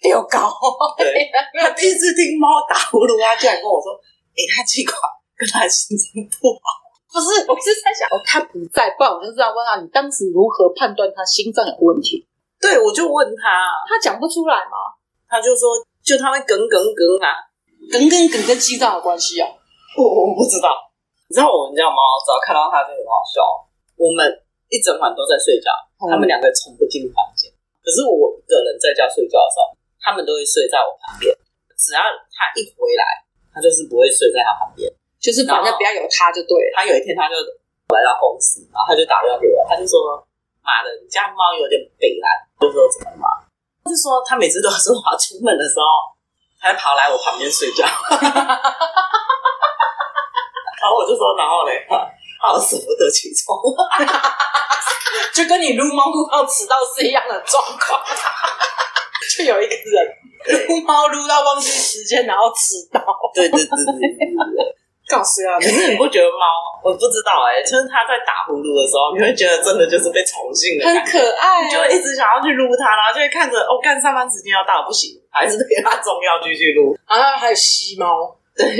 [SPEAKER 3] 丢 高。
[SPEAKER 2] 对，他第一次听猫打呼噜，他居然跟我说：“诶，他气管跟他心脏不好。
[SPEAKER 3] 不是，我是在想，哦，他不在，不然我就知道问他，你当时如何判断他心脏有问题？”
[SPEAKER 2] 对，我就问他，啊
[SPEAKER 3] 他讲不出来吗？
[SPEAKER 2] 他就说：“就他会梗梗梗啊
[SPEAKER 3] 梗跟梗跟心脏有关系啊？！”
[SPEAKER 2] 我我不知道，你知道我们家猫只要看到它就很好笑。我们一整晚都在睡觉，他们两个从不进房间。可是我一个人在家睡觉的时候，他们都会睡在我旁边。只要他一回来，他就是不会睡在他旁边。
[SPEAKER 3] 就是反正不要有他就对了。
[SPEAKER 2] 他有一天他就来到公司，然后他就打电话给我，他就说：“妈的，你家猫有点北蓝。”我就说：“怎么了嘛？”他就说他每次都是我要出门的时候，他就跑来我旁边睡觉。 然后我就说：“然后嘞， 他有舍不得起床。
[SPEAKER 3] 就跟你撸猫撸到迟到是一样的状况。 就有一个人 撸猫撸到忘记时间，然后迟到，”
[SPEAKER 2] 对对对对对对。
[SPEAKER 3] 告诉啊
[SPEAKER 2] 可，是你不觉得猫？我不知道哎、就是它在打呼噜的时候，你会觉得真的就是被宠幸的感觉
[SPEAKER 3] 很可爱、
[SPEAKER 2] 你就会一直想要去撸它，然后就会看着哦，干上班时间要到了，不行，还是给它中药继续撸。
[SPEAKER 3] 然后还有吸猫，
[SPEAKER 2] 对，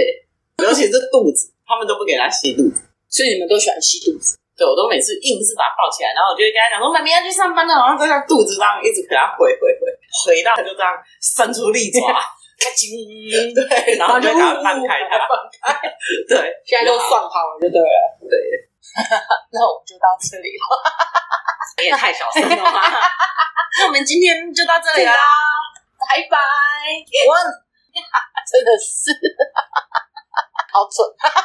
[SPEAKER 2] 尤其是肚子，他们都不给它吸肚子。
[SPEAKER 3] 所以你们都喜欢吸肚子。
[SPEAKER 2] 对我都每次硬是把它抱起来，然后我就会跟它讲说：“妈咪要去上班了。”然后在它肚子上一直给它回回回，回到它就这样伸出利 爪，
[SPEAKER 3] 开心，
[SPEAKER 2] 对，然后就给它放开它，对
[SPEAKER 3] 现在都放好了，就对了。
[SPEAKER 2] 对。
[SPEAKER 3] 那我们就到这里了。
[SPEAKER 4] 你也太小声 了吧？
[SPEAKER 2] 那我们今天就到这
[SPEAKER 3] 啊
[SPEAKER 2] 里啦，
[SPEAKER 3] 拜拜， 我真的是好蠢。